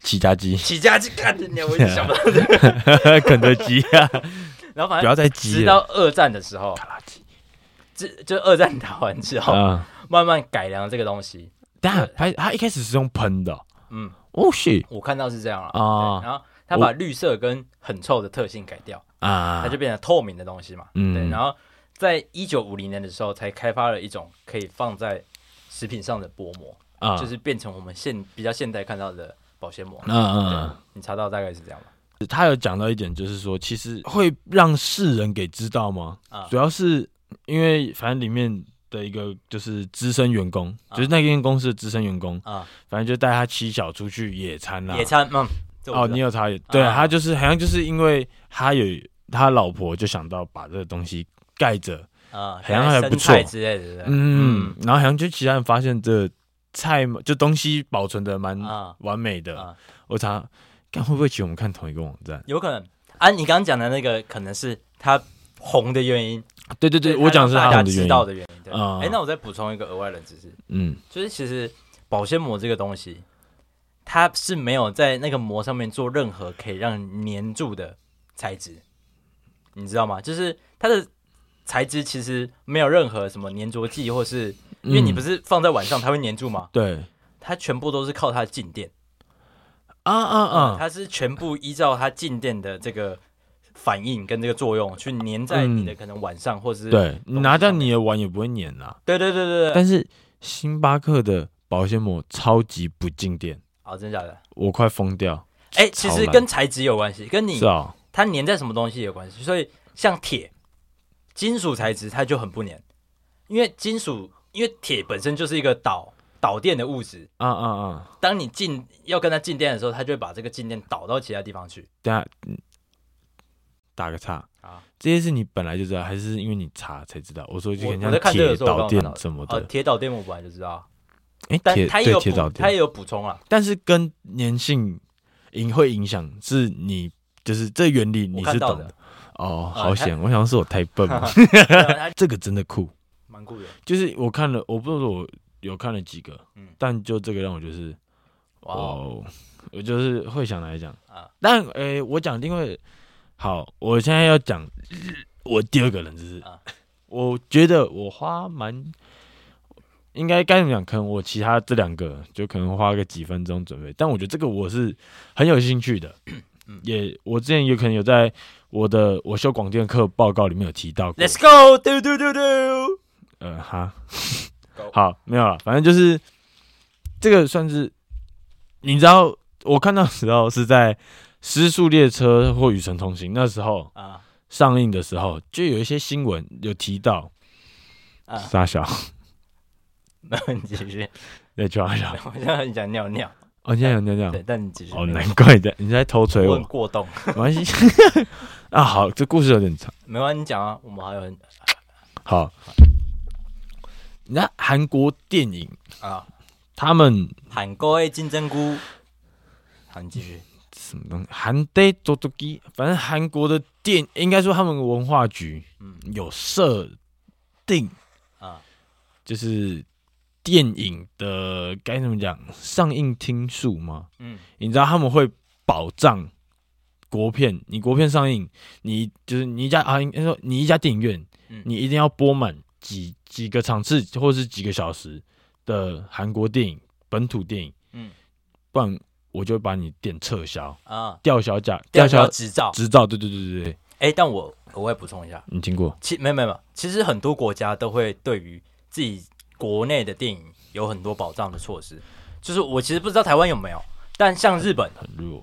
S2: 起家鸡，
S1: 起家鸡，看着你，我一 直想不到这个。
S2: 肯德基啊，
S1: 然后反
S2: 不
S1: 正
S2: 要再
S1: 直
S2: 鸡了，
S1: 到二战的时候，
S2: 卡拉 鸡
S1: 这就二战打完之后，
S2: 啊。
S1: 慢慢改良这个东西。
S2: 但下，他他一开始是用喷的哦，
S1: 嗯，
S2: 哦是
S1: 我看到是这样了
S2: 啊
S1: 对然后他把绿色跟很臭的特性改掉。
S2: 啊
S1: 它就变成透明的东西嘛。
S2: 嗯
S1: 对，然后在一九五零年的时候才开发了一种可以放在食品上的薄膜，
S2: 啊
S1: 就是变成我们现比较现代看到的保鲜膜。
S2: 嗯嗯
S1: 你查到大概是这样吧？
S2: 嗯，他有讲到一点，就是说其实会让世人给知道吗？
S1: 啊
S2: 主要是因为反正里面的一个就是资深员工，
S1: 啊
S2: 就是那间公司的资深员工，
S1: 啊，
S2: 反正就带他妻小出去野餐啊啦。
S1: 野餐，嗯，这我
S2: 哦，
S1: 知道
S2: 你有查也对
S1: 啊
S2: 啊，他就是好像就是因为他有他老婆就想到把这个东西盖着，
S1: 啊，
S2: 好像还
S1: 生
S2: 不错
S1: 菜之类的，对不对
S2: 嗯，然后好像就其他人发现这菜嘛就东西保存的蛮
S1: 啊
S2: 完美的。
S1: 啊，
S2: 我查看会不会其实我们看同一个网站？
S1: 有可能啊，你刚刚讲的那个可能是它红的原因，
S2: 对对对，
S1: 它
S2: 我讲的是
S1: 让大
S2: 他
S1: 家
S2: 们的原
S1: 知道
S2: 因。
S1: 的原因。对，
S2: 啊
S1: 哎，那我再补充一个额外冷知识，
S2: 嗯，
S1: 就是其实保鲜膜这个东西，它是没有在那个膜上面做任何可以让你粘住的材质，你知道吗？就是它的材质其实没有任何什么粘着剂，或是因为你不
S2: 是
S1: 是放在碗上它会粘住吗？
S2: 嗯对
S1: 它全部都是靠它的静电，
S2: 啊啊啊，
S1: 它是全部依照它静电的这个反应跟这个作用去粘在你的可能碗上，或是
S2: 嗯对你拿
S1: 掉
S2: 掉你的碗也不会粘啦。
S1: 对对对对对，
S2: 但是星巴克的保鲜膜超级不静电，
S1: 哦，真的假的？
S2: 我快疯掉。
S1: 哎，其
S2: 超
S1: 实
S2: 烂
S1: 跟材质有关系，跟你
S2: 是啊，
S1: 它粘在什么东西有关系。所以像铁、金属材质，它就很不粘，因为金属，因为铁本身就是一个导导电的物质，
S2: 啊啊啊！
S1: 当你进要跟它静电的时候，它就会把这个静电导到其他地方去。
S2: 等下嗯打个岔
S1: 啊
S2: 这些是你本来就知道，还是因为你查才知道？我说就
S1: 我
S2: 很
S1: 我在看
S2: 像
S1: 这个的
S2: 铁
S1: 时候我
S2: 导
S1: 刚刚看
S2: 电
S1: 到的
S2: 什么
S1: 哦，
S2: 的，
S1: 铁导电我本来就知道，
S2: 哎，
S1: 但
S2: 铁
S1: 它也有
S2: 对铁
S1: 补
S2: 导
S1: 它也
S2: 电，
S1: 有补 充啊。
S2: 但是跟粘性影会影响，是你就是这原理你
S1: 我
S2: 是
S1: 看到
S2: 懂
S1: 的，
S2: 哦，
S1: 呃
S2: 好
S1: 它
S2: 险！我想是我太 笨了，
S1: 对啊它
S2: 这个真的酷。
S1: 蛮酷的。
S2: 就是我看了，我不是说我有看了几个，
S1: 嗯
S2: 但就这个让我就是哇
S1: 哇，
S2: 哦哦，我就是会想来讲
S1: 啊
S2: 但诶、我讲另外好，我现在要讲我第二个冷知识
S1: 啊。
S2: 我觉得我花蛮应该该怎么讲？可能我其他这两个就可能花个几分钟准备，但我觉得这个我是很有兴趣的。
S1: 嗯
S2: 也，我之前有可能有在我的我修广电课报告里面有提到过。
S1: Let's go，嘟嘟嘟嘟。
S2: 呃，哈
S1: Go，
S2: 好，没有了，反正就是这个算是，你知道，我看到的时候是在《失速列车》或《与神同行》那时候
S1: 啊
S2: 上映的时候，就有一些新闻有提到
S1: 啊，
S2: 傻小，
S1: 那你继续。
S2: 在抓小，
S1: 我现在很想尿尿，
S2: 哦，你现在有尿尿，
S1: 对，但你继续。
S2: 哦，难怪的，你在偷
S1: 没
S2: 锤
S1: 有，我
S2: 我
S1: 很，过动，
S2: 没关系 啊，好，这故事有点长。
S1: 没关系，你讲啊，我们还有很
S2: 好，那韩国电影
S1: 啊，
S2: 他们
S1: 韩国的金针菇。好，你继续。
S2: 什么东西？嗯韩得多多基，反正韩国的电，应该说他们文化局
S1: 嗯
S2: 有设定，
S1: 啊
S2: 就是电影的该怎么讲上映厅数吗？
S1: 嗯
S2: 你知道他们会保障国片，你国片上映，你就是你一家啊，应该说你一家电影院，
S1: 嗯，
S2: 你一定要播满几几个场次或是几个小时的韩国电影本土电影，
S1: 嗯
S2: 不然我就把你店撤销，
S1: 啊，
S2: 吊销价，
S1: 吊
S2: 销
S1: 销执照。
S2: 执照，对对对对对，
S1: 哎，但我我也补充一下，
S2: 你听过？
S1: 其没有没有没有，其实很多国家都会对于自己国内的电影有很多保障的措施。就是我其实不知道台湾有没有，但像日本，
S2: 很弱，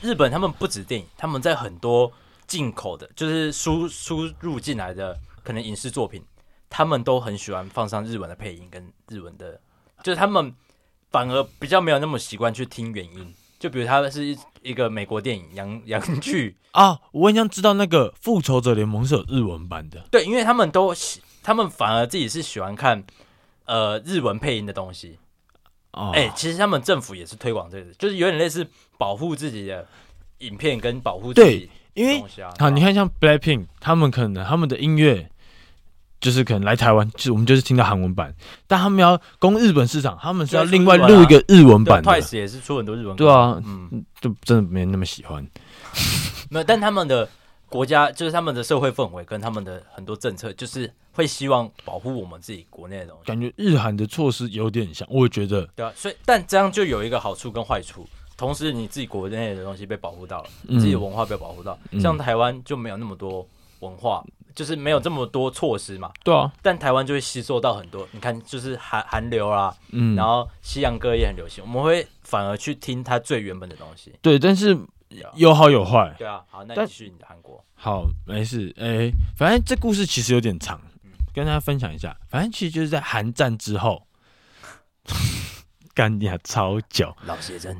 S1: 日本他们不止电影，他们在很多进口的，就是输输入进来的可能影视作品，他们都很喜欢放上日文的配音跟日文的，就是他们反而比较没有那么习惯去听原音。就比如他是一一个美国电影 洋洋剧，
S2: 啊！我很想知道那个《复仇者联盟》是有日文版的，
S1: 对，因为他们都喜，他们反而自己是喜欢看呃日文配音的东西。
S2: 哦，
S1: 哎、其实他们政府也是推广这个，就是有点类似保护自己的影片跟保护自己
S2: 因
S1: 的
S2: 为
S1: 东西啊。
S2: 好，
S1: 对
S2: 你
S1: 吧，
S2: 看像 Blackpink，他们可能他们的音乐就是可能来台湾，就是我们就是听到韩文版，但他们要攻日本市场，他们是要
S1: 就要出
S2: 另外
S1: 日文啊
S2: 录一个日文
S1: 对
S2: 版的，
S1: Twice 也是出很多日文歌，
S2: 对啊，
S1: 嗯，
S2: 就真的没那么喜欢。
S1: 没有，但他们的国家就是他们的社会氛围跟他们的很多政策，就是会希望保护我们自己国内的东西，
S2: 感觉日韩的措施有点像，我也觉得，
S1: 对啊，所以但这样就有一个好处跟坏处，同时你自己国内的东西被保护到了，
S2: 嗯
S1: 自己的文化被保护到，
S2: 嗯
S1: 像台湾就没有那么多文化，就是没有这么多措施嘛，
S2: 对啊，
S1: 但台湾就会吸收到很多，你看就是韩韩流啦、
S2: 嗯，
S1: 然后西洋歌也很流行，我们会反而去听它最原本的东西。
S2: 对，但是
S1: 对啊，
S2: 有好有坏。
S1: 对啊好，那
S2: 但
S1: 你继续你的韩国。
S2: 好，没事，哎、反正这故事其实有点长，跟大家分享一下。反正其实就是在韩战之后， 干你啊，超久。
S1: 老邪真，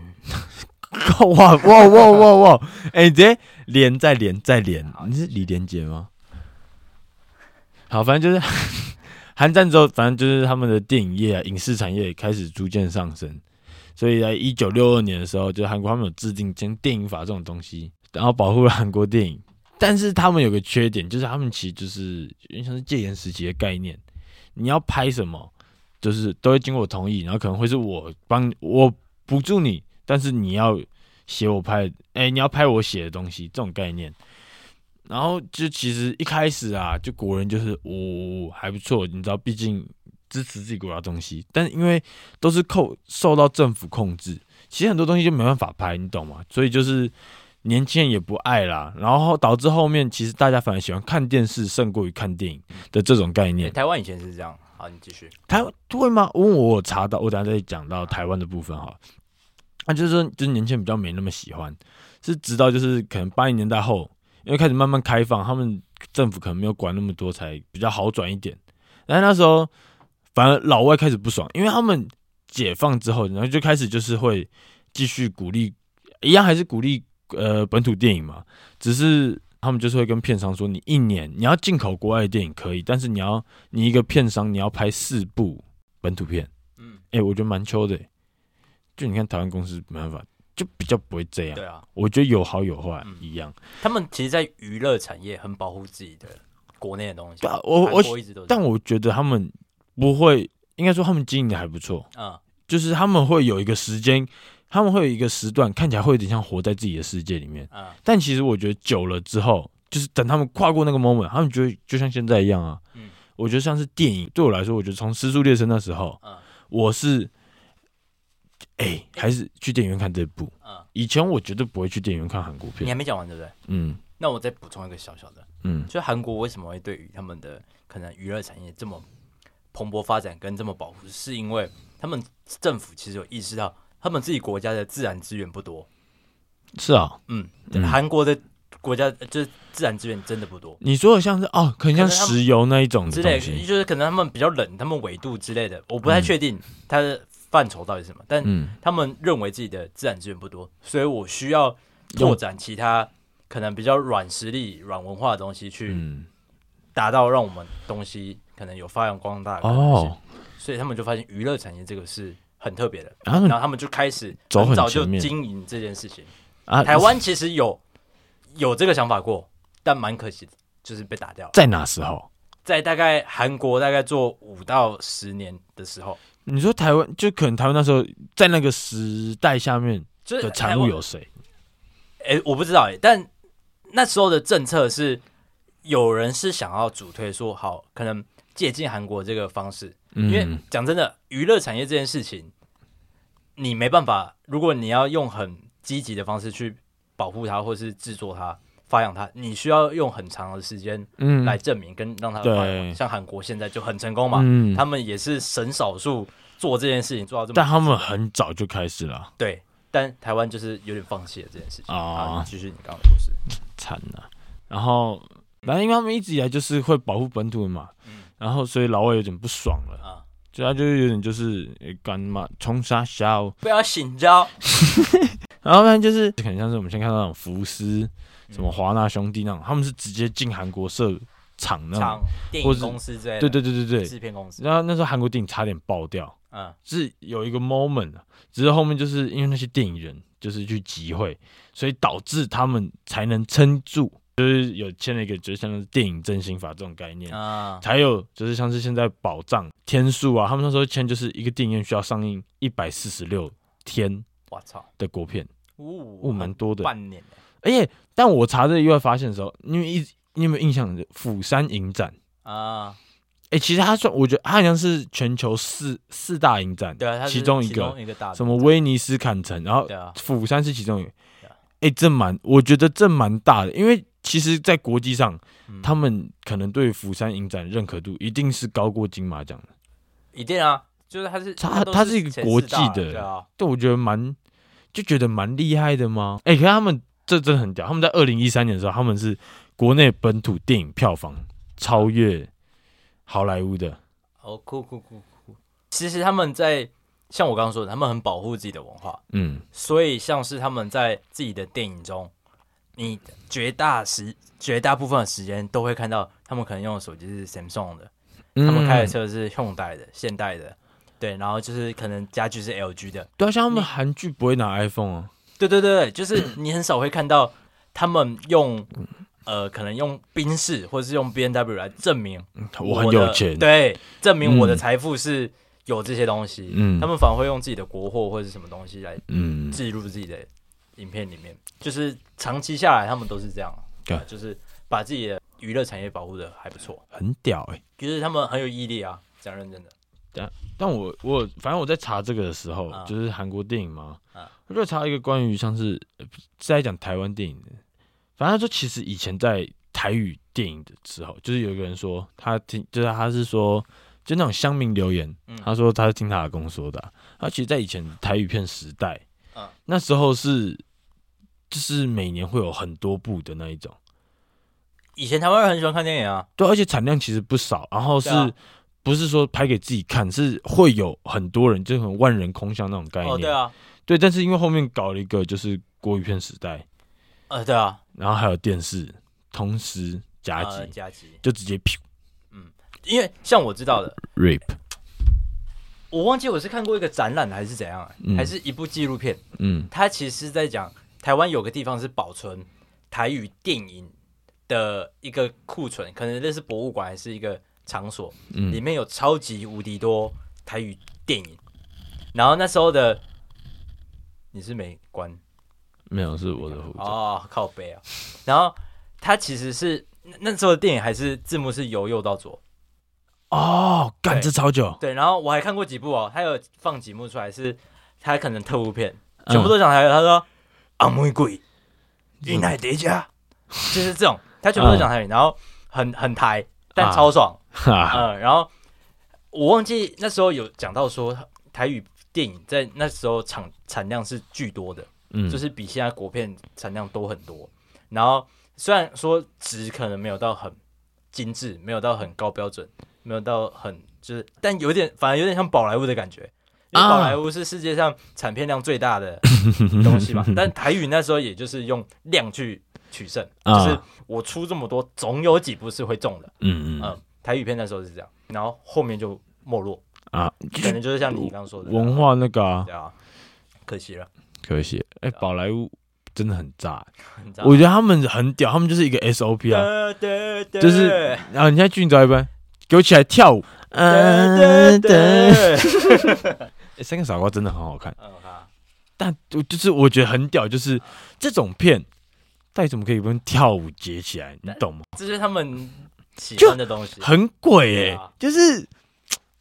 S2: 哇哇哇哇哇！哎、你直接连再连再连，你是李连杰吗？好，反正就是韩战之后，反正就是他们的电影业啊、影视产业开始逐渐上升，所以在一九六二年的时候，就韩国他们有制定《兼电影法》这种东西，然后保护了韩国电影。但是他们有个缺点，就是他们其实就是有点像是戒严时期的概念，你要拍什么，就是都会经过我同意，然后可能会是我帮我补助你，但是你要写我拍，哎、你要拍我写的东西，这种概念。然后就其实一开始啊，就国人就是我、哦、还不错，你知道，毕竟支持自己国家的东西，但因为都是控受到政府控制，其实很多东西就没办法拍，你懂吗？所以就是年轻人也不爱啦，然后导致后面其实大家反而喜欢看电视胜过于看电影的这种概念
S1: 欸。台湾以前是这样。好，你继续。
S2: 台会吗？因为我有查到，我等下再讲到台湾的部分哈。那、就是说，就是年轻人比较没那么喜欢，是直到就是可能八零年代后，因为开始慢慢开放，他们政府可能没有管那么多，才比较好转一点。但是那时候反而老外开始不爽，因为他们解放之后，然后就开始就是会继续鼓励，一样还是鼓励呃本土电影嘛，只是他们就是会跟片商说，你一年你要进口国外的电影可以，但是你要你一个片商你要拍四部本土片，
S1: 嗯，
S2: 哎、我觉得蛮秋的、欸。就你看台湾公司没办法，就比较不会这样
S1: 对。啊，
S2: 我觉得有好有坏
S1: 嗯
S2: 一样。
S1: 他们其实，在娱乐产业很保护自己的国内的东西
S2: 对。啊，我
S1: 韩
S2: 我
S1: 国一直都是这
S2: 但
S1: 样，
S2: 我觉得他们不会，应该说他们经营的还不错，
S1: 嗯，
S2: 就是他们会有一个时间，他们会有一个时段，看起来会有点像活在自己的世界里面，
S1: 啊，
S2: 但其实我觉得久了之后，就是等他们跨过那个 moment，他们觉得就像现在一样啊。
S1: 嗯
S2: 我觉得像是电影，对我来说，我觉得从《失速列车》那时候，
S1: 嗯
S2: 我是哎、还是去电影院看这部。
S1: 嗯，
S2: 以前我绝对不会去电影院看韩国
S1: 你还
S2: 片。
S1: 没讲完对不对？
S2: 嗯
S1: 那我再补充一个小小的，
S2: 嗯
S1: 就韩国为什么会对于他们的可能娱乐产业这么蓬勃发展跟这么保护，是因为他们政府其实有意识到他们自己国家的自然资源不多，
S2: 是啊，
S1: 嗯，
S2: 嗯
S1: 韩国的国家呃就是自然资源真的不多。
S2: 你说的像是哦，可能像
S1: 可能他们
S2: 石油那一种
S1: 之
S2: 的
S1: 类
S2: 东
S1: 的，
S2: 西。
S1: 就是可能他们比较冷，他们纬度之类的，我不太确定它的范畴到底是什么，但
S2: 嗯，
S1: 他们认为自己的自然资源不多，所以我需要拓展其他可能比较软实力、软文化的东西，去
S2: 嗯嗯
S1: 达到让我们东西可能有发扬光大的可能性
S2: 哦，
S1: 所以他们就发现娱乐产业这个是很特别的，
S2: 他
S1: 然
S2: 们
S1: 后他们就开始
S2: 嗯走很
S1: 很早就
S2: 前面
S1: 经营这件事情。
S2: 啊，
S1: 台湾其实有有这个想法过，但蛮可惜的，就是被打掉了。
S2: 在哪时候？
S1: 在大概韩国大概做五到十年的时候，
S2: 你说台湾就可能台湾那时候在那个时代下面
S1: 就是
S2: 的
S1: 台
S2: 产
S1: 湾
S2: 物有谁？
S1: 诶、我不知道诶、但那时候的政策是，有人是想要主推说，好，可能借鉴韩国这个方式，因为
S2: 嗯
S1: 讲真的，娱乐产业这件事情，你没办法，如果你要用很积极的方式去保护它，或是制作它、发扬它，你需要用很长的时间
S2: 嗯
S1: 来证明跟让它
S2: 对
S1: 发扬。像韩国现在就很成功嘛，
S2: 嗯
S1: 他们也是神少数做这件事情做到这么，
S2: 但他们很早就开始了，
S1: 对，但台湾就是有点放弃了这件事情。
S2: 哦
S1: 啊，继续你刚刚的故事。
S2: 惨了。啊然后，反正因为他们一直以来就是会保护本土的嘛，
S1: 嗯
S2: 然后所以老外有点不爽了，
S1: 啊，
S2: 就他就是有点就是诶干嘛冲杀小，
S1: 不要醒招。
S2: 然后不然就是可能像是我们现在看到那种福斯、什么华纳兄弟那种，他们是直接进韩国设厂那
S1: 厂
S2: 种，、
S1: 嗯电
S2: 或
S1: 影
S2: 是
S1: 公司之类的，
S2: 对对对对对。
S1: 制片公司。
S2: 然后那时候韩国电影差点爆掉，
S1: 嗯
S2: 是有一个 moment 啊，只是后面就是因为那些电影人就是去集会，所以导致他们才能撑住，就是有签了一个就是像是电影振兴法这种概念，
S1: 啊，
S2: 才有就是像是现在保障天数啊，他们那时候签就是一个电影院需要上映一百四十六天
S1: 我操，
S2: 的国片，
S1: 五
S2: 哦，蛮多的。
S1: 半年欸
S2: 而且但我查这个意外发现的时候，因为一你有没有印象釜山影展？
S1: 啊，
S2: 哎、其实它算，我觉得它好像是全球四四大影展，
S1: 对啊，它是
S2: 其中一
S1: 其
S2: 个
S1: 中一个大的
S2: 什么威尼斯坎城，然后
S1: 对啊，
S2: 釜山是其中一个
S1: 对啊。
S2: 哎、这蛮，我觉得这蛮大的，因为其实，在国际上，
S1: 嗯
S2: 他们可能对釜山影展认可度一定是高过金马奖的。
S1: 一定啊，就是它是
S2: 它
S1: 它都
S2: 它是一个
S1: 前
S2: 国
S1: 四大
S2: 际的
S1: 了对啊，
S2: 但我觉得蛮，就觉得蛮厉害的吗？哎、可是他们这真的很屌，他们在二零一三年的时候，他们是国内本土电影票房
S1: 嗯
S2: 超越好莱坞的。
S1: 哦，酷酷酷酷。其实他们在像我刚刚说的，他们很保护自己的文化，
S2: 嗯
S1: 所以像是他们在自己的电影中，你绝大时绝大部分的时间都会看到他们可能用的手机是 Samsung 的，
S2: 嗯
S1: 他们开的，车是 Hyundai 的，现代的，对，然后就是可能家具是 LG 的，
S2: 对啊，像他们韩剧不会拿 iPhone 哦、
S1: 对对对，就是你很少会看到他们用
S2: 嗯
S1: 呃，可能用宾士或是用 B N W 来证明
S2: 我
S1: 的
S2: 很有钱。，
S1: 对，证明我的
S2: 嗯
S1: 财富是有这些东西，
S2: 嗯
S1: 他们反而会用自己的国货或者是什么东西来
S2: 嗯，
S1: 置入自己的影片里面，就是长期下来他们都是这样，
S2: 对
S1: 呃就是把自己的娱乐产业保护的还不错，
S2: 很屌哎、
S1: 就是他们很有毅力啊，讲认真的，
S2: 但我我反正我在查这个的时候，
S1: 啊
S2: 就是韩国电影嘛，
S1: 啊
S2: 我就查一个关于像是呃不是是在讲台湾电影的，反正他说其实以前在台语电影的时候，就是有一个人说他听，就是他是说就那种乡民留言，
S1: 嗯
S2: 他说他是听他阿公说的啊、他其实，在以前台语片时代，
S1: 啊
S2: 那时候是就是每年会有很多部的那一种，
S1: 以前台湾人很喜欢看电影啊，
S2: 对，而且产量其实不少，然后是。
S1: 对啊
S2: 不是说拍给自己看，是会有很多人，就很万人空巷那种概念。
S1: 哦对啊，
S2: 对，但是因为后面搞了一个就是国语片时代，
S1: 呃对啊，
S2: 然后还有电视，同时夹击，
S1: 呃加急，
S2: 就直接 p
S1: 因为像我知道的，
S2: rape，
S1: 我忘记我是看过一个展览还是怎样、啊
S2: 嗯
S1: 还是一部纪录片，
S2: 嗯
S1: 它其实是在讲台湾有个地方是保存台语电影的一个库存，可能类似博物馆还是一个场所，里
S2: 嗯
S1: 面有超级无敌多台语电影。然后那时候的你是没关
S2: 没有是我的护照，
S1: 哦，靠背啊。然后它其实是那那时候的电影还是字幕是由右到左，
S2: 哦，干
S1: 对
S2: 这超 久，
S1: 对。然后我还看过几部哦，它有放几幕出来是它可能特务片，
S2: 嗯
S1: 全部都讲台语。他说阿玫瑰，伊乃迪加，就是这种，他全部都讲
S2: 嗯
S1: 台语，然后很很台，
S2: 啊
S1: 但超爽。
S2: 哈，
S1: 嗯，然后我忘记那时候有讲到说台语电影在那时候产产量是巨多的，
S2: 嗯，
S1: 就是比现在国片产量多很多。然后虽然说值可能没有到很精致，没有到很高标准，没有到很就是，但有点反而有点像宝莱坞的感觉。因为
S2: 啊
S1: 宝莱坞是世界上产片量最大 的东西嘛，但台语那时候也就是用量去取胜，就
S2: 啊
S1: 是我出这么多，总有几部是会中的。
S2: 嗯嗯
S1: 嗯，台语片那时候是这样，然后后面就没 落，
S2: 啊，
S1: 可能就是像你刚刚说的
S2: 文，化那个啊
S1: 对，啊，可惜了，
S2: 可惜，哎，宝莱坞真的很炸，
S1: 你知道吗
S2: 我觉得他们很屌，他们就是一个 SOP 啊，
S1: 嗯对对对，
S2: 就是然后你现在去你找一班，给我起来跳舞，
S1: 对对呃
S2: 嗯，对，
S1: 对，
S2: 哎三个傻瓜真的很好看。
S1: 嗯啊，
S2: 但我就是我觉得很屌，就是这种片，到底怎么可以跟跳舞结起来？你懂吗？
S1: 这是他们喜欢的东西，
S2: 很鬼
S1: 对
S2: 哎、
S1: 啊
S2: 就是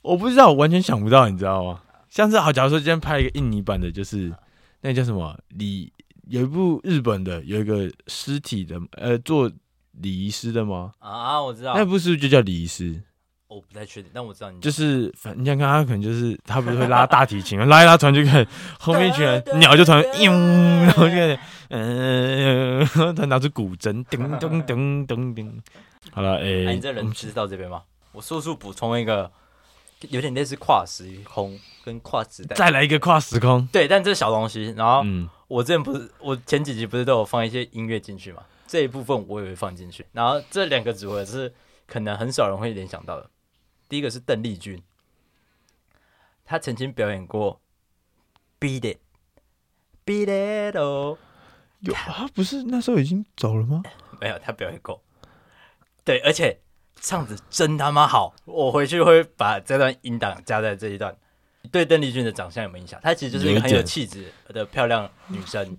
S2: 我不知道，我完全想不到，你知道吗？像是好，假如说今天拍一个印尼版的，就是那个叫什么李，有一部日本的，有一个尸体的，呃，做礼仪师的吗？
S1: 啊，我知道
S2: 那，部是不是就叫礼仪师？
S1: 我不太确定，但我知道你
S2: 就是反你想看他可能就是他不是会拉大提琴， 拉一拉突然就看后面一群人鸟就突然呦，然后就开始嗯， 然后他拿出古筝，噔噔噔噔噔。好了，哎、
S1: 哎，你这人知道这边吗？我速速补充一个，有点类似跨时空跟跨时代。
S2: 再来一个跨时空。
S1: 对，但这是小东西。然后
S2: 嗯，
S1: 我之前不是，我前几集不是都有放一些音乐进去嘛？这一部分我也会放进去。然后这两个组合是可能很少人会联想到的。第一个是邓丽君，她曾经表演过《Beat It》，Beat It 哦，
S2: 有啊，不是那时候已经走了吗？
S1: 没有，她表演过。对，而且唱的真他妈好，我回去会把这段音档加在这一段。对邓丽君的长相有没有影响？她其实就是一个很
S2: 有
S1: 有
S2: 一点
S1: 气质的漂亮女生，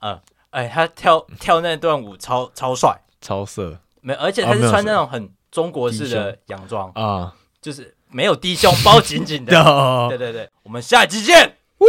S1: 呃，哎，她跳跳那段舞超超帅，
S2: 超色
S1: 没，而且
S2: 哦
S1: 她是
S2: 没有
S1: 穿
S2: 帅
S1: 那种很中国式
S2: 低胸
S1: 的洋装，
S2: 啊！
S1: 就是没有低胸，包紧紧的。
S2: 哦
S1: 对对对，我们下一集见。
S2: 呜。